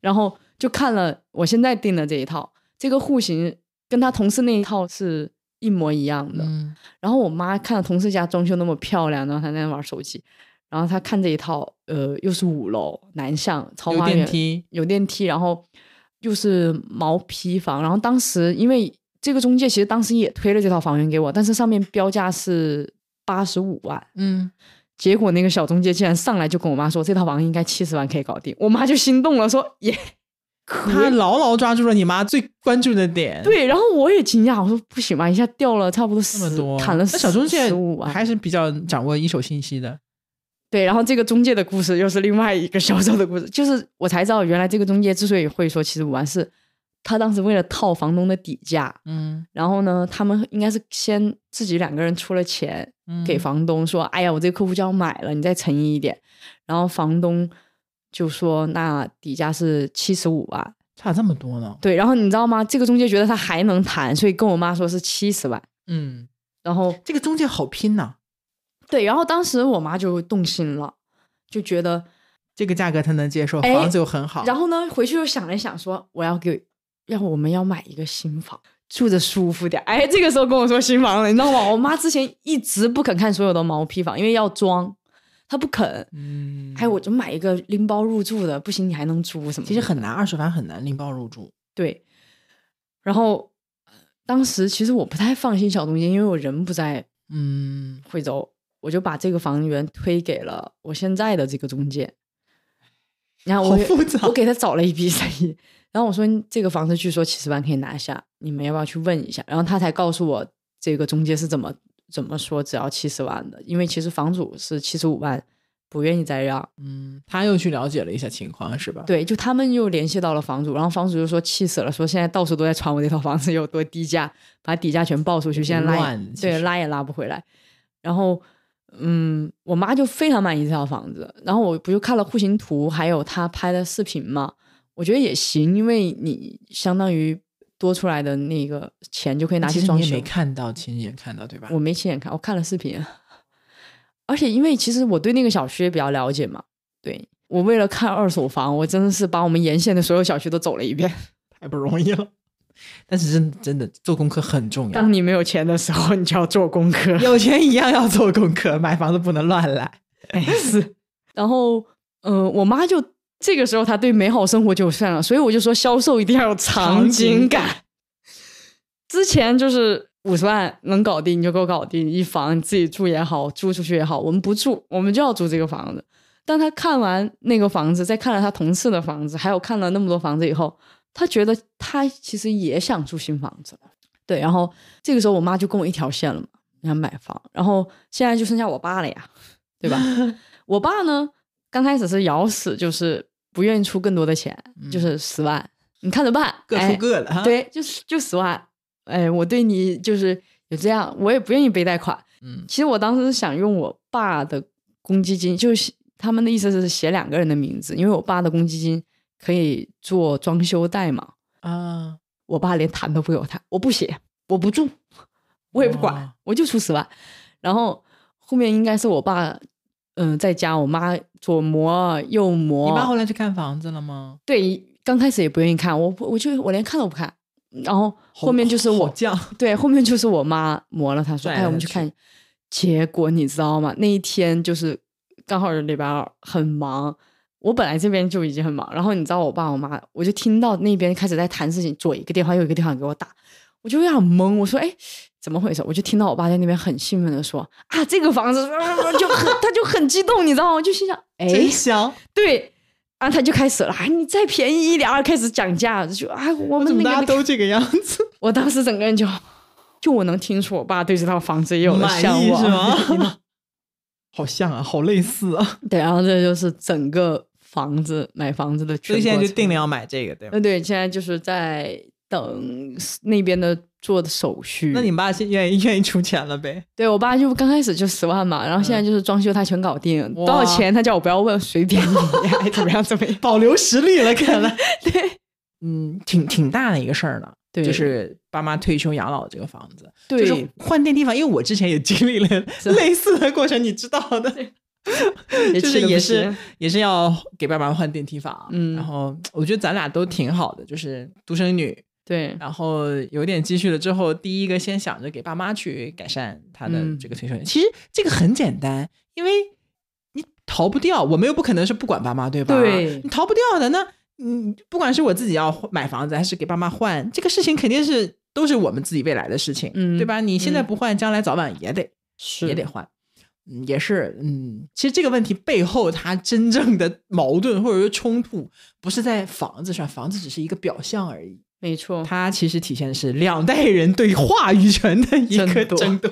B: 然后就看了我现在订的这一套，这个户型跟他同事那一套是一模一样的。
A: 嗯
B: 然后我妈看到同事家装修那么漂亮，然后她在那玩手机，然后她看这一套，呃，又是五楼南向桃
A: 有
B: 花
A: 电
B: 源，
A: 梯，
B: 有电梯，然后又是毛坯房，然后当时因为这个中介其实当时也推了这套房源给我，但是上面标价是八十五万，
A: 嗯，
B: 结果那个小中介竟然上来就跟我妈说这套房应该七十万可以搞定，我妈就心动了，说
A: 哎
B: 耶，
A: 他牢牢抓住了你妈最关注的点。，
B: 对，然后我也惊讶，我说不行吧，一下掉了差不多
A: 这
B: 十
A: 么多，
B: 砍了
A: 那小中介
B: 十五万，
A: 还是比较掌握一手信息的。
B: 对，然后这个中介的故事又是另外一个小小的故事，就是我才知道原来这个中介之所以会说七十五万是。他当时为了套房东的底价，
A: 嗯，
B: 然后呢，他们应该是先自己两个人出了钱
A: 嗯
B: 给房东说：“哎呀，我这个客户就要买了，你再诚意一点。”然后房东就说：“那底价是七十五万。
A: 差这么多呢”。
B: 对，然后你知道吗？这个中介觉得他还能谈，所以跟我妈说是七十万。
A: 嗯，
B: 然后
A: 这个中介好拼呐、
B: 对，然后当时我妈就动心了，就觉得，
A: 这个价格他能接受，
B: 哎
A: 房子又很好。
B: 然后呢，回去又想了想说，我要给，要我们要买一个新房。住着舒服点，哎，这个时候跟我说新房了，你知道吗？我妈之前一直不肯看所有的毛坯房，因为要装，她不肯。
A: 嗯，
B: 哎，我就买一个拎包入住的，不行你还能租什么的？
A: 其实很难，二手房很难拎包入住。
B: 对。然后当时其实我不太放心小东西，因为我人不在
A: 嗯，
B: 惠州，我就把这个房源推给了我现在的这个中介。然后
A: 好
B: 啊我
A: 复杂
B: 我给他找了一笔生意，然后我说这个房子据说七十万可以拿下，你们要不要去问一下？然后他才告诉我这个中介是怎么怎么说，只要七十万的，因为其实房主是七十五万，不愿意再让。
A: 嗯，他又去了解了一下情况，是吧？
B: 对，就他们又联系到了房主，然后房主就说气死了，说现在到处都在传我这套房子有多低价，把底价全报出去，现在拉也
A: 乱其
B: 对
A: 实
B: 拉也拉不回来。然后，嗯，我妈就非常满意这套房子，然后我不就看了户型图，还有她拍的视频嘛，我觉得也行，因为你相当于多出来的那个钱就可以拿
A: 其
B: 去
A: 实
B: 装
A: 你也
B: 修
A: 没。看到，亲眼看到对吧？
B: 我没亲眼看，我看了视频。 而且因为其实我对那个小区也比较了解嘛，对我为了看二手房，我真的是把我们沿线的所有小区都走了一遍。
A: 太不容易了。 但是真真的做功课很重要
B: 当，你没有钱的时候，你就要做功课。
A: 有钱一样要做功课，买房子不能乱 来。
B: 哎是，然后呃，我妈就这个时候她对美好生活就有善了，所以我就说销售一定要有场
A: 场景
B: 景感。之前就是五十万能搞定你就给我搞定，一房你自己住也好，租出去也好，我们不住，我们就要租这个房子。但她看完那个房子，再看了她同事的房子，还有看了那么多房子以后，她觉得她其实也想住新房子。对，然后这个时候我妈就跟我一条线了嘛，想买房，然后现在就剩下我爸了呀，对 吧？我爸呢，刚开始是咬死，就是不愿意出更多的钱，就是十万，你看着办，
A: 嗯各
B: 哎
A: 出各的哈。，
B: 对，就是就十万。哎，我对你就是有这样，我也不愿意背贷款。
A: 嗯
B: 其实我当时是想用我爸的公积金，就是他们的意思是写两个人的名字，因为我爸的公积金可以做装修贷嘛。
A: 啊，
B: 我爸连谈都不给我谈，我不写，我不住，我也不管，
A: 哇
B: 我就出十万。然后后面应该是我爸，嗯、在家我妈左磨右磨，
A: 你爸后来去看房子了吗？
B: 对刚开始也不愿意看，我不我就我连看都不看。然后后面就是我
A: 好犟，
B: 对，后面就是我妈磨了，她说：“
A: 拽
B: 哎，
A: 了
B: 我们
A: 她
B: 去
A: 去
B: 看。”结果你知道吗？那一天就是刚好是礼拜二，很忙。我本来这边就已经很忙，然后你知道我爸我妈，我就听到那边开始在谈事情，左一个电话右一个电话给我打，我就有点懵。我说：“哎，怎么回事？”我就听到我爸在那边很兴奋的说：“啊，这个房子 就很，他就很激动，你知道吗？”我就心想：“哎，
A: 真 香！
B: 对。”然后他就开始了，啊，你再便宜一点儿，开始讲价，就啊，我
A: 为
B: 们
A: 什
B: 那
A: 么
B: 个
A: 大家
B: 那个
A: 都这个样子？
B: 我当时整个人就，就我能听出我爸对这套房子也有了
A: 满
B: 向
A: 意
B: 往，
A: 是 吗？好像啊，好类似啊。
B: 对，然后这就是整个房子买房子的
A: 所
B: 全过程。
A: 以现在就定了要买这个，对吧？
B: 嗯，对，现在就是在等那边的做的手续。
A: 那你爸现愿意愿意出钱了呗？
B: 对我爸就刚开始就十万嘛，然后现在就是装修他全搞定，
A: 嗯哇
B: 多少钱他叫我不要问，随便你 爱哎怎么样怎么样。
A: 保留实力了，看来。
B: 对
A: 嗯，挺挺大的一个事儿呢，
B: 对
A: 就是爸妈退休养老这个房子，就
B: 对，
A: 是换电梯房，因为我之前也经历了
B: 是吧
A: 类似的过程，你知道的，
B: 也
A: 就是
B: 气得不
A: 也是
B: 行
A: 也是要给爸妈换电梯房，
B: 嗯
A: 然后我觉得咱俩都挺好的，就是独生女，
B: 对
A: 然后有点积蓄了之后，第一个先想着给爸妈去改善他的
B: 嗯
A: 这个退休年，其实这个很简单，因为你逃不掉，我们又不可能是不管爸妈，对吧？
B: 对
A: 你逃不掉的那嗯，不管是我自己要换买房子，还是给爸妈换，这个事情肯定是都是我们自己未来的事情，
B: 嗯
A: 对吧？你现在
B: 嗯
A: 不换，将来早晚也得
B: 是
A: 也得换。嗯，也是，嗯，其实这个问题背后，它真正的矛盾或者说冲突，不是在房子上，房子只是一个表象而已。
B: 没错，
A: 它其实体现的是两代人对话语权的一个
B: 争夺
A: 争夺。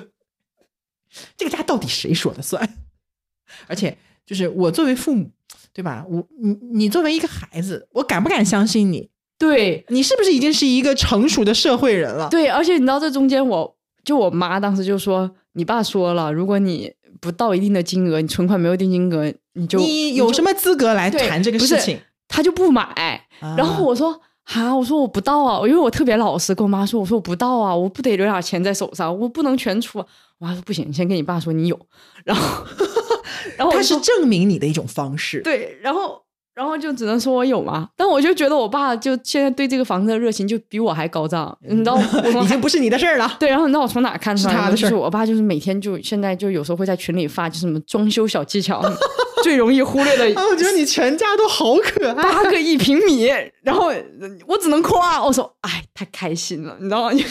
A: 这个家到底谁说的算？ 而且，就是我作为父母，对吧？我你你作为一个孩子，我敢不敢相信你？
B: 对
A: 你是不是已经是一个成熟的社会人了？
B: 对，而且你知道这中间我，就我妈当时就说，你爸说了，如果你不到一定的金额，你存款没有一定金额，你就
A: 你有什？
B: 就
A: 么资格来
B: 对
A: 谈这个
B: 不
A: 事
B: 是
A: 情？
B: 他就不买。 然后
A: 我
B: 我说啊，我说我不到啊，因为我特别老实，跟我妈说，我说我不到啊，我不得留点钱在手上，我不能全出啊。我妈说不行，你先跟你爸说你有。然 后，然后
A: 啊
B: 我
A: 它
B: 就是说
A: 证明你的一种方式。
B: 对，然后。然后就只能说我有嘛，但我就觉得我爸就现在对这个房子的热情就比我还高涨，你知道我我
A: 已 经不是你的事儿了。
B: 对，然后你知道我从哪看出
A: 是
B: 来
A: 他的
B: 吗？就
A: 事
B: 是
A: 儿
B: 我爸就是每天就现在就有时候会在群里发，就什么装修小技 巧，最容易忽略的
A: 啊，我觉得你全家都好 可爱。
B: 八个一平米，然后我只能夸，我说哎，太开心了，你知道吗？ 就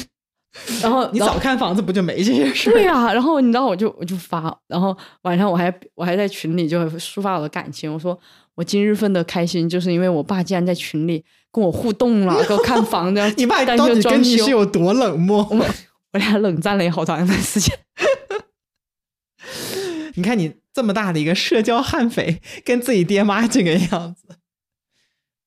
B: 然后
A: 你
B: 然
A: 早
B: 后
A: 看房子不就没这些事儿？
B: 对呀、然后你知道我就我就发，然后晚上我还我还在群里就抒发我的感情，我说我今日份的开心就是因为我爸竟然在群里跟我互动 了，给我看房子，
A: 你爸
B: 但
A: 到底
B: 装
A: 跟你
B: 修
A: 是，有多冷漠？
B: 我们我俩冷战了也好长一段时间。
A: 你看你这么大的一个社交悍匪，跟自己爹妈这个样子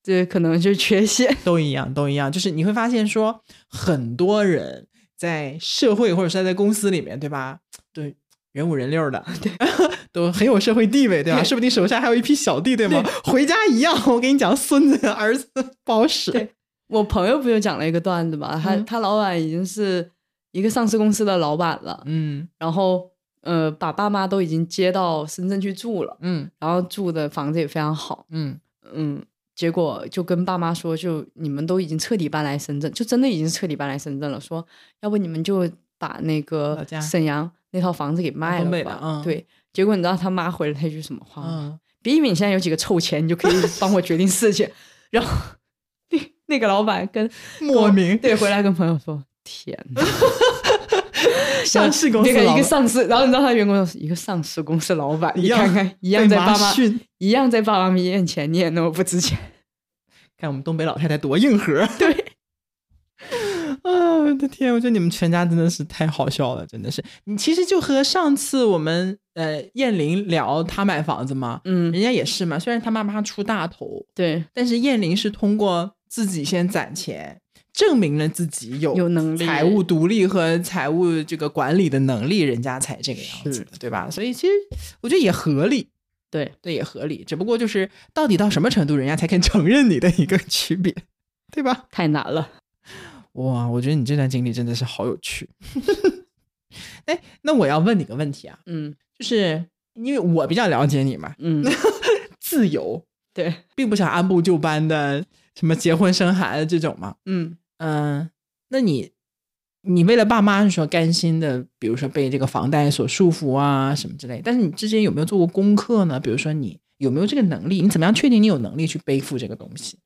B: 这可能就缺陷。
A: 都一样，都一样。就是你会发现说，很多人在社会或者是在公司里面，对吧？对，人五人六的， 都很有社会地位，对吧？
B: 对
A: 说不定手下还有一批小弟，对吗？回家一样，我跟你讲，孙子儿子不好使
B: 对。我朋友不就讲了一个段子嘛，他、
A: 嗯
B: 他老板已经是一个上市公司的老板了，
A: 嗯
B: 然后呃，把爸妈都已经接到深圳去住了，
A: 嗯
B: 然后住的房子也非常好，
A: 嗯，
B: 嗯，结果就跟爸妈说，就你们都已经彻底搬来深圳，就真的已经彻底搬来深圳了，说要不你们就把那
A: 老
B: 个
A: 家
B: 沈阳那套房子给卖
A: 东
B: 了
A: 北的
B: 吧，
A: 嗯
B: 对。结果你知道他妈回了他一句什么话吗？
A: 嗯，
B: 别以为你现在有几个臭钱，你就可以帮我决定事情。 然后那那个老板跟
A: 莫名
B: 对回来跟朋友说：“天哪，
A: 上市公司
B: 那个
A: 老
B: 一
A: 板
B: 个上市，然后你知道他员工说一个上市公司老板，
A: 一
B: 你
A: 样
B: 看看一
A: 一
B: 样在爸妈
A: 训。
B: 一样在爸妈面前你也那么不值钱。
A: 看我们东北老太太多硬核。
B: 对，
A: 啊，我的天，我觉得你们全家真的是太好笑了，真的是。你其实就和上次我们呃燕玲聊她买房子嘛，
B: 嗯，
A: 人家也是嘛，虽然她妈妈出大头，
B: 对，
A: 但是燕玲是通过自己先攒钱，证明了自己有
B: 有能力
A: 财务独立和财务这个管理的能力，人家才这个样子
B: 是
A: 的，对吧？所以其实我觉得也合理，
B: 对，
A: 对，也合理。只不过就是到底到什么程度，人家才肯承认你的一个区别，对吧？
B: 太难了。
A: 哇，我觉得你这段经历真的是好有趣。 哎，那我要问你个问题啊，
B: 嗯
A: 就是因为我比较了解你嘛，
B: 嗯，
A: 自由，
B: 对，
A: 并不想按部就班的什么结婚生孩子这种嘛。
B: 嗯
A: 嗯，那你你为了爸妈是说甘心的，比如说被这个房贷所束缚啊什么之类，但是你之前有没有做过功课呢？比如说你有没有这个能力？你怎么样确定你有能力去背负这个东西？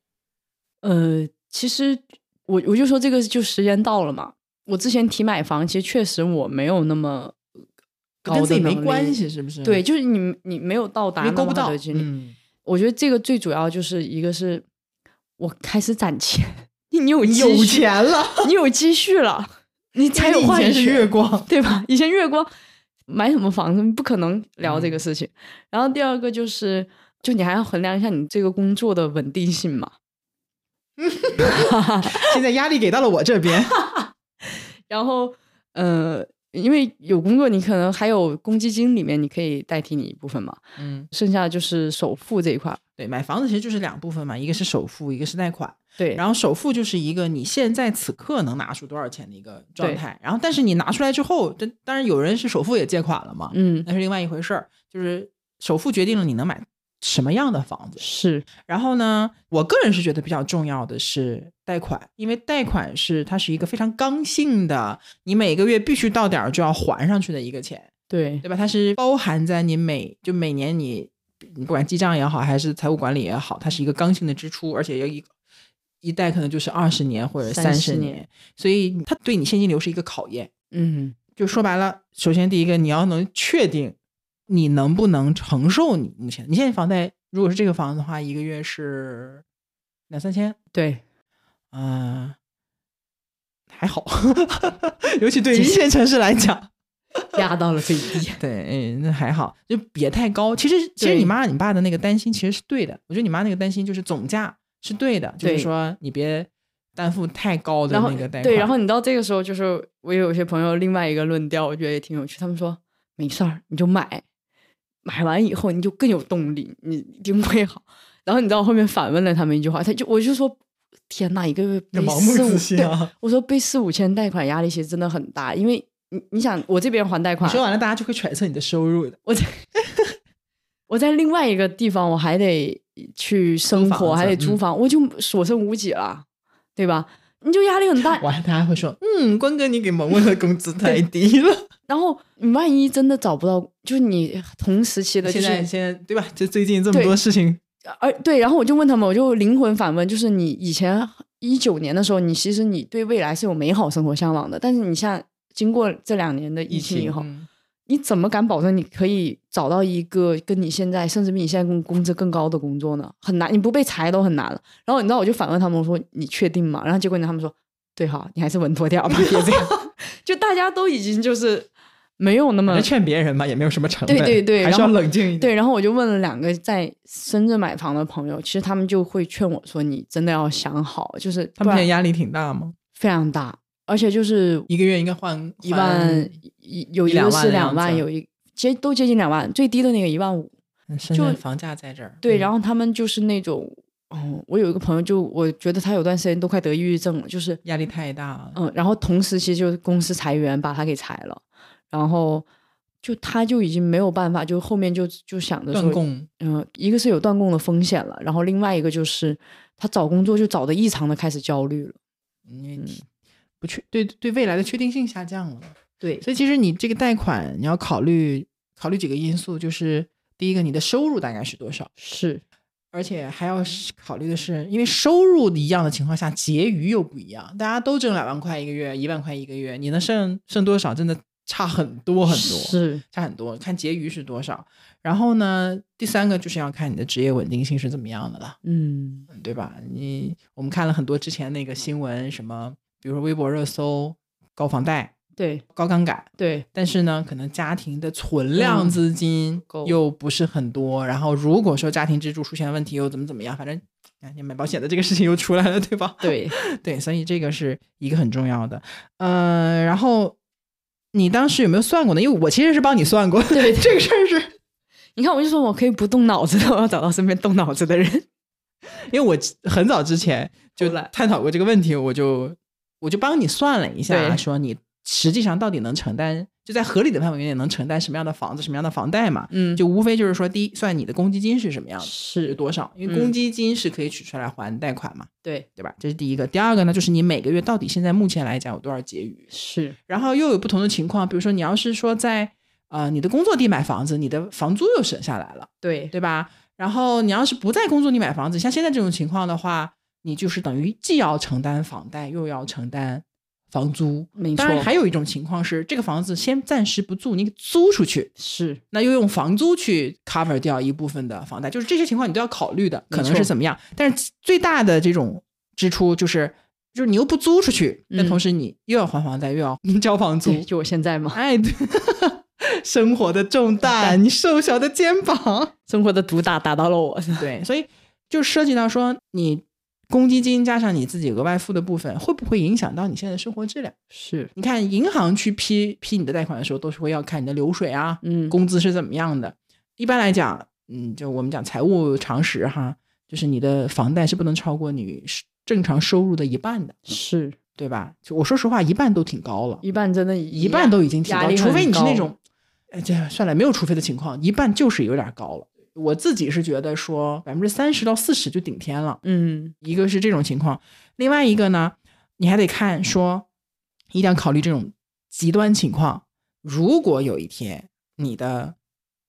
B: 呃，其实我我就说这个就时间到了嘛。我之前提买房，其实确实我没有那么高
A: 跟自
B: 的
A: 己没
B: 能力
A: 关。系，是不是？
B: 对，，就是你你没有到达
A: 因为
B: 那
A: 够
B: 么
A: 不
B: 好
A: 到
B: 的经历。
A: 嗯，
B: 我觉得这个最主要就是一个是我开始攒钱， 你你有积
A: 有
B: 蓄，
A: 钱 了，
B: 你有积蓄了，你才
A: 因为
B: 有
A: 你以
B: 话
A: 前
B: 语
A: 是
B: 权
A: 月光，
B: 对吧？以前月光买什么房子，不可能聊
A: 嗯
B: 这个事情。然后第二个就是，就你还要衡量一下你这个工作的稳定性嘛。
A: 现在压力给到了我这边。
B: 然后，呃，因为有工作，你可能还有公积金里面你可以代替你一部分嘛，
A: 嗯，
B: 剩下就是首付这一块。
A: 对，买房子其实就是两部分嘛，一个是首付，一个是贷款。
B: 对，
A: 然后首付就是一个你现在此刻能拿出多少钱的一个状
B: 对
A: 态，然后但是你拿出来之后，这当然有人是首付也借款了嘛，
B: 嗯，
A: 那是另外一回事儿，就是首付决定了你能买什么样的房子。
B: 是
A: 然后呢，我个人是觉得比较重要的是贷款，因为贷款是它是一个非常刚性的，你每个月必须到点儿就要还上去的一个钱。
B: 对，
A: 对吧？它是包含在你每就每年你你不管记账也好，还是财务管理也好，它是一个刚性的支出，而且要一一贷可能就是二十年或者三十
B: 30
A: 年，
B: 年
A: 所以它对你现金流是一个考验。
B: 嗯，
A: 就说白了，首先第一个你要能确定你能不能承受你目前你现在房贷，如果是这个房子的话，一个月是两三千，
B: 对，
A: 嗯、还好， 尤其对于一线城市来讲，
B: 压到了最低。
A: 对，哎那还好，就别太高。其实，其实你
B: 对
A: 妈你爸的那个担心其实是对的。我觉得你妈那个担心就是总价是对的，就是
B: 对
A: 说你别担负太高的
B: 然后
A: 那个贷款。
B: 对，然后你到这个时候，就是我有些朋友另外一个论调，我觉得也挺有趣。他们说没事儿，你就买，买完以后你就更有动力，你一定会好。然后你知道我后面反问了他们一句话，他就我就说天呐，一个月背
A: 就盲目
B: 四五
A: 自信啊！
B: 我说背四五千贷款压力其实真的很大，因为你你想我这边还贷
A: 你
B: 款，
A: 说完了，大家就会揣测你的收入的。
B: 我在我在另外一个地方，我还得去生
A: 租房
B: 活，
A: 子
B: 还得租
A: 嗯
B: 房，我就所剩无几了，对吧？你就压力很大，
A: 完了，大家会说：“嗯，关哥，你给萌萌的工资太低了。
B: 然后你万一真的找不到，就是你同时期”的，就
A: 现
B: 是
A: 在，现在对吧？就最近这么
B: 对
A: 多事情，
B: 而对，然后我就问他们，我就灵魂反问，就是你以前一九年的时候，你其实你对未来是有美好生活向往的，但是你像经过这两年的疫情以后，
A: 嗯
B: 你怎么敢保证你可以找到一个跟你现在甚至比你现在工工资更高的工作呢？很难，你不被裁都很难了。然后你知道，我就反问他们，我说你确定吗？然后结果呢，他们说，对哈，你还是稳妥点儿吧，别这样。 就大家都已经就是没有那
A: 反
B: 么
A: 正劝别人嘛，也没有什么成本，
B: 对对对
A: 还是要
B: 然后
A: 冷静一点。
B: 对，然后我就问了两个在深圳买房的朋友，其实他们就会劝我说：“你真的要想好，就是
A: 他们现在
B: 不然
A: 压力挺大吗？
B: 非常大，而且就是
A: 一个月应该换嗯
B: 一万
A: 还，
B: 一有
A: 一
B: 一个
A: 两万
B: 是
A: 的
B: 两
A: 样
B: 万，
A: 子啊
B: 有一接都接近两万，最低的那个一万五。
A: 嗯深
B: 就
A: 圳房价在这儿。
B: 对，
A: 嗯
B: 然后他们就是那种，嗯，我有一个朋友就，我觉得他有段时间都快得抑郁症了，就是
A: 压力太大了。
B: 嗯，然后同时期就是公司裁员把他给裁了，然后就他就已经没有办法，就后面就就想着
A: 断
B: 说。
A: 供，
B: 嗯、一个是有断供的风险了，然后另外一个就是他找工作就找的异常的开始焦虑了。
A: 因
B: 嗯
A: 为你不确对对未来的确定性下降了，
B: 对
A: 所以其实你这个贷款你要考虑考虑几个因素，就是第一个你的收入大概是多少，
B: 是，
A: 而且还要是考虑的是，因为收入一样的情况下，结余又不一样，大家都挣两万块一个月，一万块一个月，你能剩剩多少，真的差很多很多，
B: 是，
A: 差很多，看结余是多少。然后呢，第三个就是要看你的职业稳定性是怎么样的了。
B: 嗯，
A: 对吧？你我们看了很多之前那个新闻，什么比如说微博热搜、高房贷、
B: 对
A: 高杠杆，
B: 对，
A: 但是呢，可能家庭的存量资金
B: 嗯够
A: 又不是很多，然后如果说家庭支柱出现问题，又怎么怎么样，反正。哎，你买保险的这个事情又出来了，对吧？
B: 对，
A: 对，所以这个是一个很重要的。呃，然后你当时有没有算过呢？因为我其实是帮你算过，
B: 对
A: 这个事儿是
B: 你看，我就说我可以不动脑子的，我要找到身边动脑子的人。
A: 因为我很早之前就
B: 后来
A: 探讨过这个问题，我就我就帮你算了一下，啊
B: 对
A: 说你实际上到底能承担，就在合理的范围内能承担什么样的房子、什么样的房贷嘛？
B: 嗯，
A: 就无非就是说，第一，算你的公积金是什么样的，有
B: 是
A: 多少，因为
B: 嗯
A: 公积金是可以取出来还贷款嘛，
B: 对，
A: 对吧？这是第一个。第二个呢，就是你每个月到底现在目前来讲有多少结余？
B: 是
A: 然后又有不同的情况，比如说你要是说在呃你的工作地买房子，你的房租又省下来了，
B: 对，
A: 对吧？然后你要是不在工作地买房子，像现在这种情况的话，你就是等于既要承担房贷，又要承担房租。
B: 没错
A: 当，然，还有一种情况是，这个房子先暂时不住，你租出去，
B: 是
A: 那又用房租去 cover 掉一部分的房贷，就是这些情况你都要考虑的，
B: 没
A: 可能是
B: 错
A: 怎么样。但是最大的这种支出就是，就是你又不租出去，那
B: 嗯
A: 同时你又要还房贷，又要 交房租，
B: 对就我现在嘛，
A: 哎，对 生活的重担，你瘦小的肩膀，
B: 生活的毒打打到了我。
A: 对，所以就涉及到说你。公积金加上你自己额外付的部分，会不会影响到你现在的生活质量？
B: 是，
A: 你看，银行去批批你的贷款的时候，都是会要看你的流水啊，
B: 嗯，
A: 工资是怎么样的。一般来讲，嗯，就我们讲财务常识哈，就是你的房贷是不能超过你是正常收入的一半的，
B: 是
A: 对吧？就我说实话，一半都挺高了，
B: 一半真的
A: 一半都已经挺
B: 压
A: 高了，
B: 力
A: 除非
B: 很
A: 你是那
B: 高
A: 种，哎，这算了，没有除非的情况，一半就是有点高了。我自己是觉得说百分之三十到四十就顶天了，
B: 嗯，
A: 一个是这种情况，另外一个呢，你还得看说，一定要考虑这种极端情况。如果有一天你的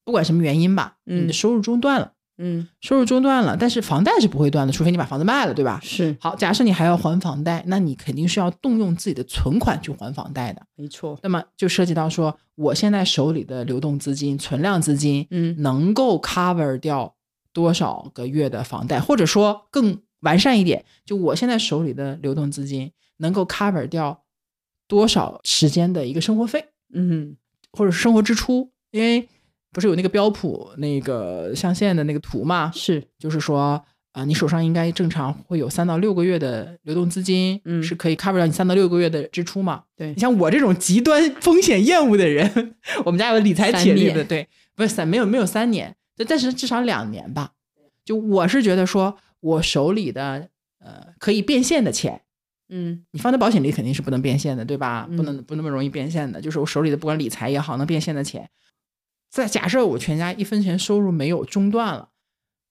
A: 不管什么原因吧，
B: 嗯
A: 你的收入中断了，
B: 嗯
A: 收入中断了，但是房贷是不会断的，除非你把房子卖了，对吧？
B: 是
A: 好，假设你还要还房贷，那你肯定是要动用自己的存款去还房贷的。
B: 没错，
A: 那么就涉及到说，我现在手里的流动资金、存量资金，
B: 嗯
A: 能够 cover 掉多少个月的房贷，或者说更完善一点，就我现在手里的流动资金能够 cover 掉多少时间的一个生活费
B: 嗯
A: 或者是生活支出，因为不是有那个标普那个象限的那个图嘛，
B: 是
A: 就是说啊、你手上应该正常会有三到六个月的流动资金，
B: 嗯
A: 是可以 cover 掉你三到六个月的支出嘛？
B: 对
A: 你像我这种极端风险厌恶的人， 我们家有理财铁律
B: 三
A: 的，
B: 年
A: 对，不是三没有没有三年，但但是至少两年吧。就我是觉得说，我手里的呃可以变现的钱。
B: 嗯
A: 你放在保险里肯定是不能变现的，对吧？
B: 嗯
A: 不能不那么容易变现的，就是我手里的不管理财也好，能变现的钱，在假设我全家一分钱收入没有中断了，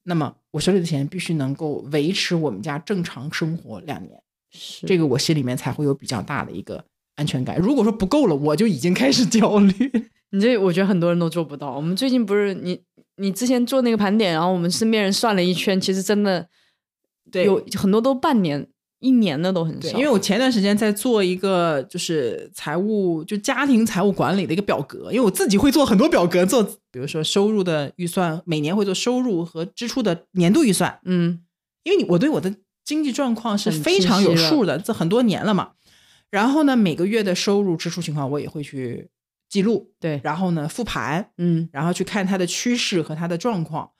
A: 那么我手里的钱必须能够维持我们家正常生活两年，
B: 是
A: 这
B: 个
A: 个我心里面才会有比较大的一个安全感。如果说不够了，我就已经开始焦虑。
B: 你这我觉得很多人都做不到。我们最近不是你你之前做那个盘点，然后我们身边人算了一圈，其实真的
A: 对
B: 有很多都半年、一年的都很
A: 对，
B: 少，
A: 因为我前段时间在做一个就是财务就家庭财务管理的一个表格，因为我自己会做很多表格，做比如说收入的预算，每年会做收入和支出的年度预算，
B: 嗯
A: 因为你我对我的经济状况是
B: 很
A: 非
B: 清
A: 常有
B: 晰了
A: 数的，这很多年了嘛。然后呢，每个月的收入支出情况我也会去记录，
B: 对，
A: 然后呢复盘，
B: 嗯
A: 然后去看它的趋势和它的状况。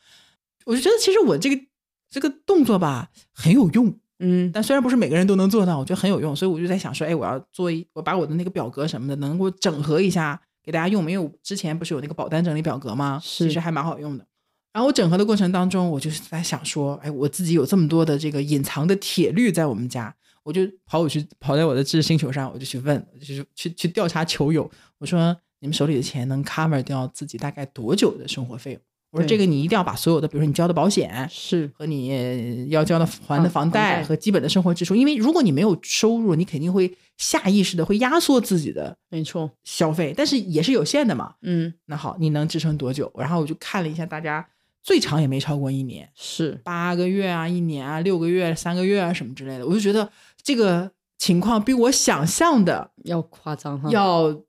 A: 我就觉得其实我这个这个动作吧很有用，
B: 嗯
A: 但虽然不是每个人都能做到，我觉得很有用，所以我就在想说，哎，我要做一，我把我的那个表格什么的能够整合一下给大家用，因为我之前不是有那个保单整理表格吗？
B: 是
A: 其实还蛮好用的。然后我整合的过程当中，我就是在想说，哎，我自己有这么多的这个隐藏的铁律在我们家，我就跑我去跑在我的知识星球上，我就去问，就是去去调查球友，我说你们手里的钱能 cover 掉自己大概多久的生活费用？我说
B: 对
A: 这个你一定要把所有的，比如说你交的保险，
B: 是
A: 和你要交的还的
B: 嗯
A: 房
B: 房
A: 贷
B: 贷
A: 和基本的生活支出，因为如果你没有收入，你肯定会下意识的会压缩自己的
B: 没错，
A: 消费，但是也是有限的嘛。
B: 嗯
A: 那好，你能支撑多久？然后我就看了一下，大家最长也没超过一年，
B: 是
A: 八个月啊，一年啊，六个月、三个月啊什么之类的。我就觉得这个情况比我想象的
B: 要夸张哈，
A: 要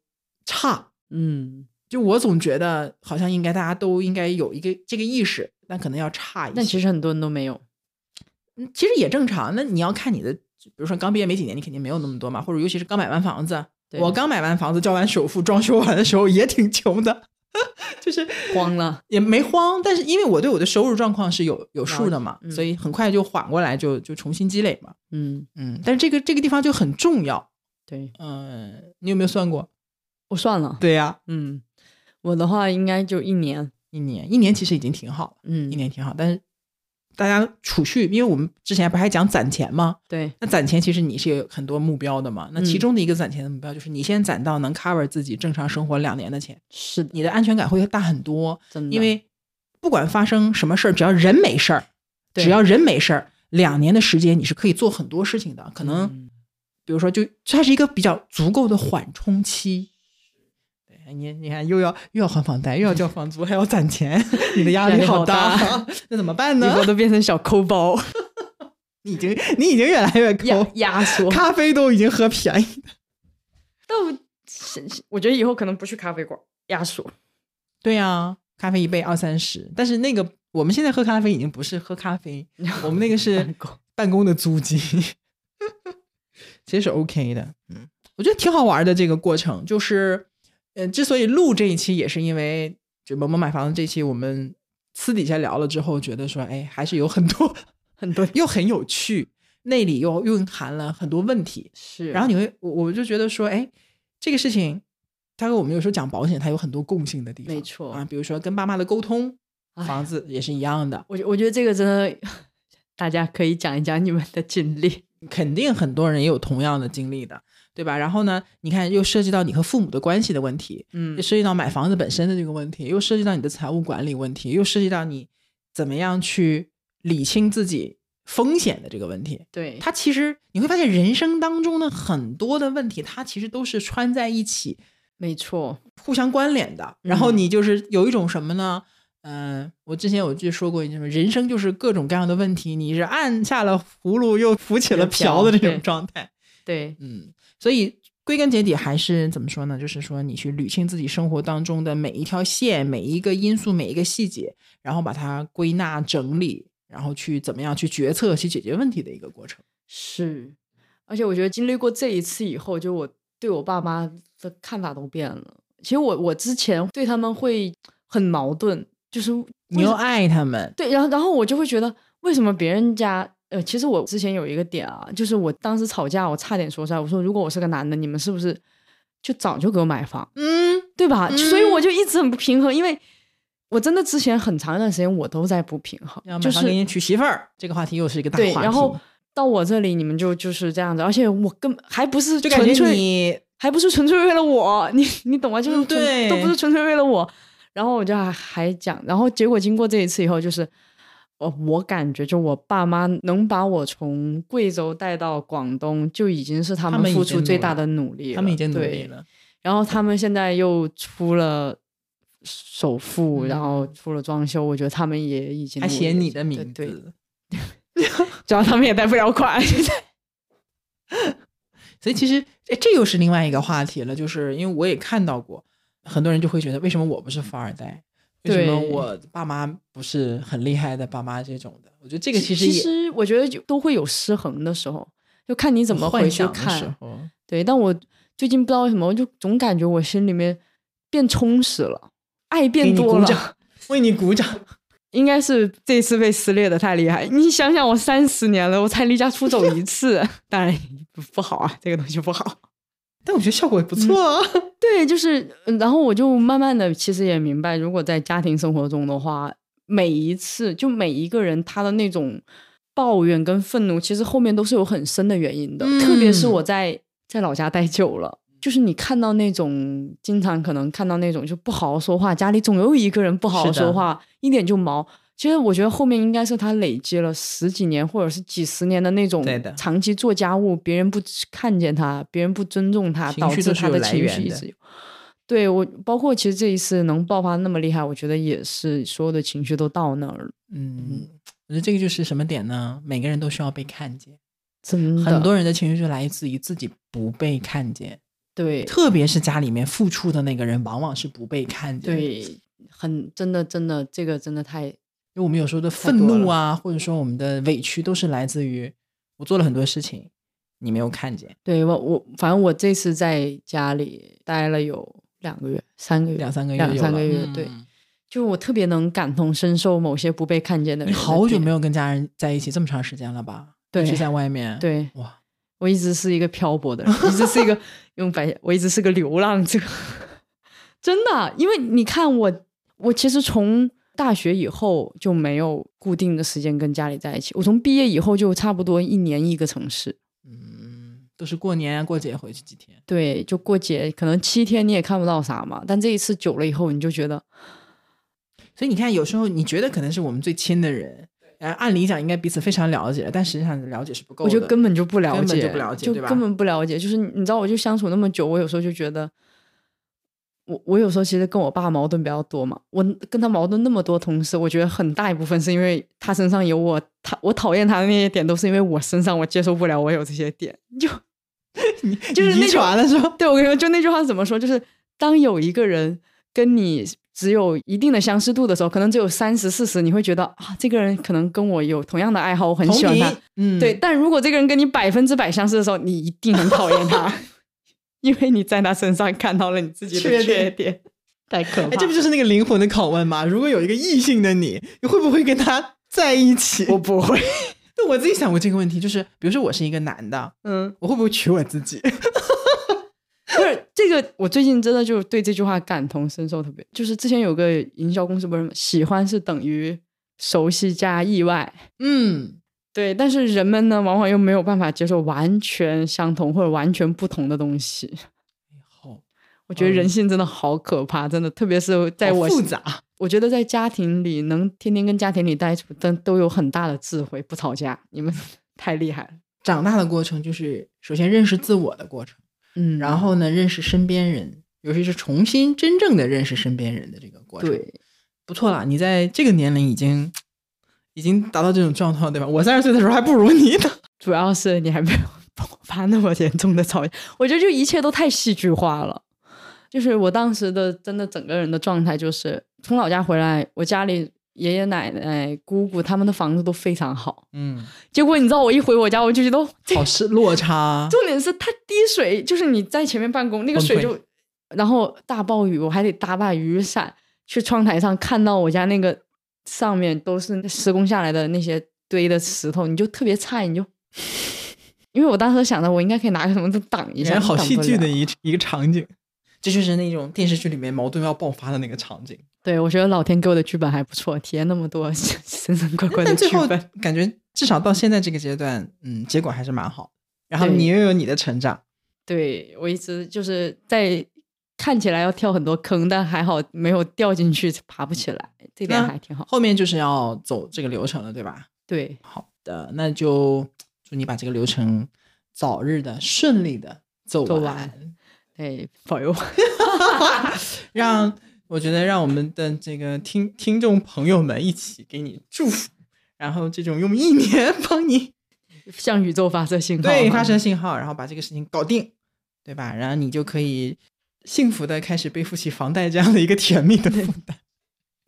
A: 差。
B: 嗯，
A: 就我总觉得好像应该大家都应该有一个这个意识，但可能要差一些。
B: 但其实很多人都没有，
A: 嗯其实也正常。那你要看你的就比如说刚毕业没几年，你肯定没有那么多嘛，或者尤其是刚买完房子，
B: 对
A: 我刚买完房子交完首付，装修完的时候也挺穷的， 就是
B: 慌了，
A: 也没慌，但是因为我对我的收入状况是有有数的嘛，
B: 嗯
A: 所以很快就缓过来就，就重新积累嘛。
B: 嗯，
A: 嗯，但是这个这个地方就很重要。
B: 对
A: 嗯、你有没有算过？
B: 我算了，
A: 对呀、
B: 嗯，我的话应该就一年，
A: 一年一年其实已经挺好了，
B: 嗯，
A: 一年挺好，但是大家储蓄，因为我们之前不还讲攒钱吗？
B: 对，
A: 那攒钱其实你是有很多目标的嘛，那
B: 嗯
A: 其中的一个攒钱的目标就是你先攒到能 cover 自己正常生活两年的钱，
B: 是的，
A: 你的安全感会大很多，
B: 真的，
A: 因为不管发生什么事儿，只要人没事儿，
B: 对
A: 只要人没事儿，两年的时间你是可以做很多事情的，可能、
B: 嗯
A: 比如说就它是一个比较足够的缓冲期。对你你看又要又要还房贷，又要交房租，还要攒钱， 你的压
B: 压
A: 力
B: 力好
A: 好大，
B: 大
A: 那怎么办
B: 以
A: 呢
B: 后？都变成小抠包，
A: 你已经 你已经越来越抠，
B: 压压缩。
A: 咖啡都已经喝便宜。
B: 是是我觉得以后可能不去咖啡馆压缩，
A: 对呀、咖啡一杯二三十，但是那个我们现在喝咖啡已经不是喝咖 啡，我们那个是办公的租 金，其实是 OK 的。嗯，我觉得挺好玩的这个过程，就是，嗯、之所以录这一期，也是因为就萌萌买房子这期，我们私底下聊了之后，觉得说，哎，还是有很多
B: 很多
A: 又很有趣，那里又蕴含了很多问题。
B: 是，
A: 然后你会，我我就觉得说，哎，这个事情，它跟我们有时候讲保险，它有很多共性的地方，
B: 没错
A: 啊，比如说跟爸妈的沟通，
B: 哎呀
A: 房子也是一样的，
B: 我觉我觉得这个真的， 大家可以讲一讲你们的经历。
A: 肯定很多人也有同样的经历的，对吧？然后呢，你看又涉及到你和父母的关系的问题，
B: 嗯
A: 又涉及到买房子本身的这个问题，又涉及到你的财务管理问题，又涉及到你怎么样去理清自己风险的这个问题，
B: 对，
A: 它其实你会发现，人生当中的很多的问题，它其实都是穿在一起，
B: 没错，
A: 互相关联的。然后
B: 嗯
A: 你就是有一种什么呢？嗯、我之前有句说过一句什么，人生就是各种各样的问题，你是按下了葫芦又浮起了瓢的这
B: 对
A: 种状态。
B: 对，
A: 嗯，所以归根结底还是怎么说呢？就是说你去捋清自己生活当中的每一条线、每一个因素、每一个细节，然后把它归纳整理，然后去怎么样去决策、去解决问题的一个过程。
B: 是。而且我觉得经历过这一次以后，就我对我爸妈的看法都变了。其实我我之前对他们会很矛盾，就是
A: 你
B: 为
A: 又
B: 什
A: 爱他们，
B: 对，然后然后我就会觉得，为什么别人家呃，其实我之前有一个点啊，就是我当时吵架，我差点说出来，我说如果我是个男的，你们是不是就早就给我买房，
A: 嗯，
B: 对吧？所以
A: 嗯
B: 我就一直很不平衡，因为我真的之前很长一段时间我都在不平
A: 要买
B: 衡，就
A: 房给
B: 是
A: 你娶媳妇儿，这个话题又是一个大话
B: 对，
A: 题。
B: 然后。到我这里，你们就就是这样子，而且我根本还不是
A: 就感
B: 纯
A: 觉
B: 粹
A: 你
B: 还不是纯粹为了我，你你懂吗？就是
A: 嗯
B: 纯、
A: 对
B: 都不是纯粹为了我。然后我就还还讲，然后结果经过这一次以后，就是我我感觉就我爸妈能把我从贵州带到广东，就已经是他
A: 他们已
B: 付
A: 经
B: 出
A: 努
B: 最
A: 力
B: 大的努力了。
A: 他们已经努
B: 对
A: 力了，
B: 然后他们现在又出了首付，然后出了装修，我觉得他们也已经
A: 嗯还
B: 努
A: 写
B: 力
A: 你的名字，
B: 对，对主要他们也贷不了款。
A: 所以其实哎这又是另外一个话题了，就是因为我也看到过，很多人就会觉得为什么我不是富二代，为什么
B: 对
A: 我爸妈不是很厉害的爸妈这种的？我觉得 这个其实
B: 其
A: 也
B: 实我觉得就都会有失衡的时候，就看你怎么回
A: 幻
B: 去
A: 想的时
B: 看。
A: 候，
B: 对，但我最近不知道为什么，我就总感觉我心里面变充实了，爱
A: 给
B: 变
A: 你
B: 多
A: 鼓
B: 了。
A: 掌，为你鼓掌。
B: 应该是这次被撕裂的太厉害。你想想，我三十年了，我才离家出走一 次，当然不不好啊，这个东西不好。
A: 但我觉得效果也不错啊。
B: 对，就是，嗯然后我就慢慢的，其实也明白，如果在家庭生活中的话，每一次就每一个人他的那种抱怨跟愤怒，其实后面都是有很深的原因的。特别是
A: 嗯
B: 我在在老家待久了，就是你看到那种经常可能看到那种就不好好说话，家里总有一个人不好好
A: 是的
B: 说话，一点就毛。其实我觉得后面应该是他累积了十几年或者是几十年的那种
A: 对的
B: 长期做家务，别人不看见他，别人不尊重他，
A: 情
B: 导
A: 绪
B: 致
A: 都是
B: 他
A: 有
B: 的
A: 来
B: 情
A: 源
B: 绪一
A: 的
B: 直有。对我，包括其实这一次能爆发那么厉害，我觉得也是所有的情绪都到那儿了，
A: 嗯，我觉得这个就是什么点呢？每个人都需要被看见。
B: 真的。
A: 很多人的情绪是来自于自己不被看见，
B: 对
A: 特别是家里面付出的那个人，往往是不被看见。，
B: 对，很真的真的，这个真的太
A: 因为我们有时候的
B: 太
A: 愤
B: 多
A: 怒啊，或者说我们的委屈，都是来自于我做了很多事情，你没有看见，
B: 对我我反正我这次在家里待了有两个月、三个月、
A: 两三个月有了，
B: 两三个月，对，
A: 嗯
B: 就我特别能感同身受某些不被看见的
A: 你
B: 人的点。
A: 好久没有跟家人在一起这么长时间了吧？
B: 对
A: 一直在外面，，
B: 对
A: 哇，
B: 我一直是一个漂泊的人，一直是一个用白，我一直是个流浪者， 真的。啊因为你看我，我其实从大学以后就没有固定的时间跟家里在一起，我从毕业以后就差不多一年一个城市，
A: 嗯，都是过年啊过节回去几天，
B: 对，就过节可能七天你也看不到啥嘛，但这一次久了以后，你就觉得
A: 所以你看，有时候你觉得可能是我们最亲的人，呃，按理讲应该彼此非常了解，但实际上了解是不够
B: 我
A: 的。
B: 就根本就不了
A: 根本
B: 解，
A: 就不了解
B: 就
A: 对吧
B: 根本不了解。就是你知道，我就相处那么久，我有时候就觉得，我我有时候其实跟我爸矛盾比较多嘛。我跟他矛盾那么多，同时我觉得很大一部分是因为他身上有我，他我讨厌他的那些点，都是因为我身上我接受不了我有这些点。就
A: 你
B: 就是
A: 你
B: 那
A: 遗
B: 种
A: 传了是吧？
B: 对我跟你说，就那句话怎么说？就是当有一个人跟你只有一定的相似度的时候，可能只有三十、四十，你会觉得啊，这个人可能跟我有同样的爱好，我很
A: 同
B: 喜欢他
A: 频。，嗯，
B: 对，，但如果这个人跟你百分之百相似的时候，你一定很讨 厌他，因为你在他身上看到了你自己的
A: 缺
B: 缺
A: 点
B: 点，太可 怕
A: 哎，这不就是那个灵魂的拷问吗？如果有一个异性的你，你会不会跟他在一起？
B: 我不会，
A: 那我自己想过这个问题，就是比如说我是一个男的，
B: 嗯，
A: 我会不会娶我自 己？
B: 不是这个，我最近真的就对这句话感同身受特别，就是之前有个营销公司不是喜欢是等于熟悉加意外。
A: 嗯，
B: 对，但是人们呢，往往又没有办法接受完全相同或者完全不同的东西。
A: 哎好，
B: 我觉得
A: 嗯
B: 人性真的好可怕，真的，特别是在
A: 好
B: 我
A: 复杂，啊
B: 我觉得在家庭里能天天跟家庭里待处，但都有很大的智慧，不吵架。你们 太厉害了，
A: 长大的过程就是首先认识自我的过程，
B: 嗯
A: 然后呢，认识身边人，尤其是重新真正的认识身边人的这个过程。
B: 对，
A: 不错啦，你在这个年龄已经已经达到这种状态，对吧？我三十岁的时候还不如你呢。
B: 主要是你还没有 爆发那么严重的吵架，我觉得就一切都太戏剧化了。就是我当时的真的整个人的状态，就是从老家回来，我家里爷爷奶奶、姑姑他们的房子都非常好，
A: 嗯，
B: 结果你知道我一回我家，我就觉得哦这
A: 好是落差，
B: 重点是它滴水，就是你在前面办公，那个
A: 崩
B: 水
A: 溃
B: 就，然后大暴雨，我还得搭把雨伞去窗台上看到我家那个上面都是施工下来的那些堆的石头，你就特别菜，你就， 因为我当时想着我应该可以拿个什么都挡一
A: 以
B: 下，
A: 前好
B: 挡
A: 戏
B: 不
A: 剧
B: 了
A: 的一一个场景。这就是那种电视剧里面矛盾要爆发的那个场景，
B: 对我觉得老天给我的剧本还不错，体验那么多 神神怪怪的
A: 但最
B: 剧
A: 后
B: 本，
A: 感觉至少到现在这个阶段，嗯，结果还是蛮好。然后
B: 对
A: 你又有你的成长，
B: 对我一直就是在。看起来要跳很多坑，但还好没有掉进去，爬不起来，这点
A: 那
B: 还挺好。
A: 后面就是要走这个流程了，对吧？
B: 对，
A: 好的，那就祝你把这个流程早日的顺利的走
B: 走完对，保佑我。
A: 让我觉得让我们的这个听听众朋友们一起给你祝福，然后这种用意念 帮你
B: 向宇宙发射信号吗，
A: 对发射信号，然后把这个事情搞定，对吧？然后你就可以幸福的开始背负起房贷这样的一个甜蜜的负担，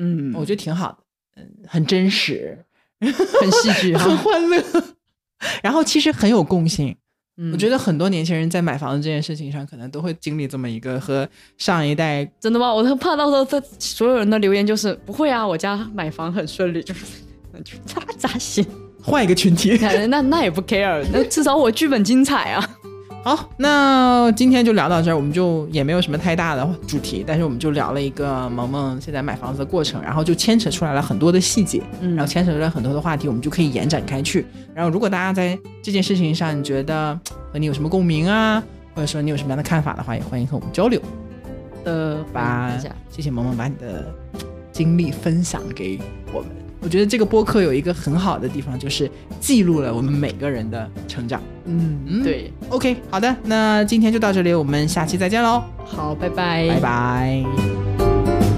B: 嗯，
A: 我觉得挺好的，嗯，很真实，
B: 很戏剧
A: 很
B: 哈。
A: 欢乐，然后其实很有共性。我觉
B: 嗯得
A: 得很多年轻人在买房子这件事情上，可能都会经历这么一个和上一代
B: 真的吗？我都怕到时候他所有人的留言就是不会啊，我家买房很顺利，就是 那就扎扎心，
A: 换一个群体。
B: 那那那也不 care，那至少我剧本精彩 啊。
A: 好，那今天就聊到这儿，我们就也没有什么太大的主题，但是我们就聊了一个萌萌现在买房子的过程，然后就牵扯出来了很多的细节，
B: 嗯
A: 然后牵扯出来很多的话题，我们就可以延展开去。然后如果大家在这件事情上，你觉得嘖和你有什么共鸣啊，或者说你有什么样的看法的话，也欢迎和我们交流
B: 呃，
A: 吧
B: 一下。
A: 谢谢萌萌把你的嘖经历分享给我们。我觉得这个播客有一个很好的地方，就是记录了我们每个人的成长。
B: 嗯，对，
A: OK，好的，那今天就到这里，我们下期再见喽，
B: 好，拜拜，
A: 拜拜。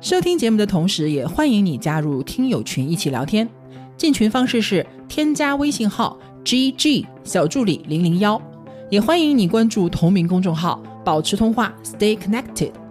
A: 收听节目的同时，也欢迎你加入听友群一起聊天。进群方式是添加微信号 gg 小助理零零幺，也欢迎你关注同名公众号，保持通话，Stay connected。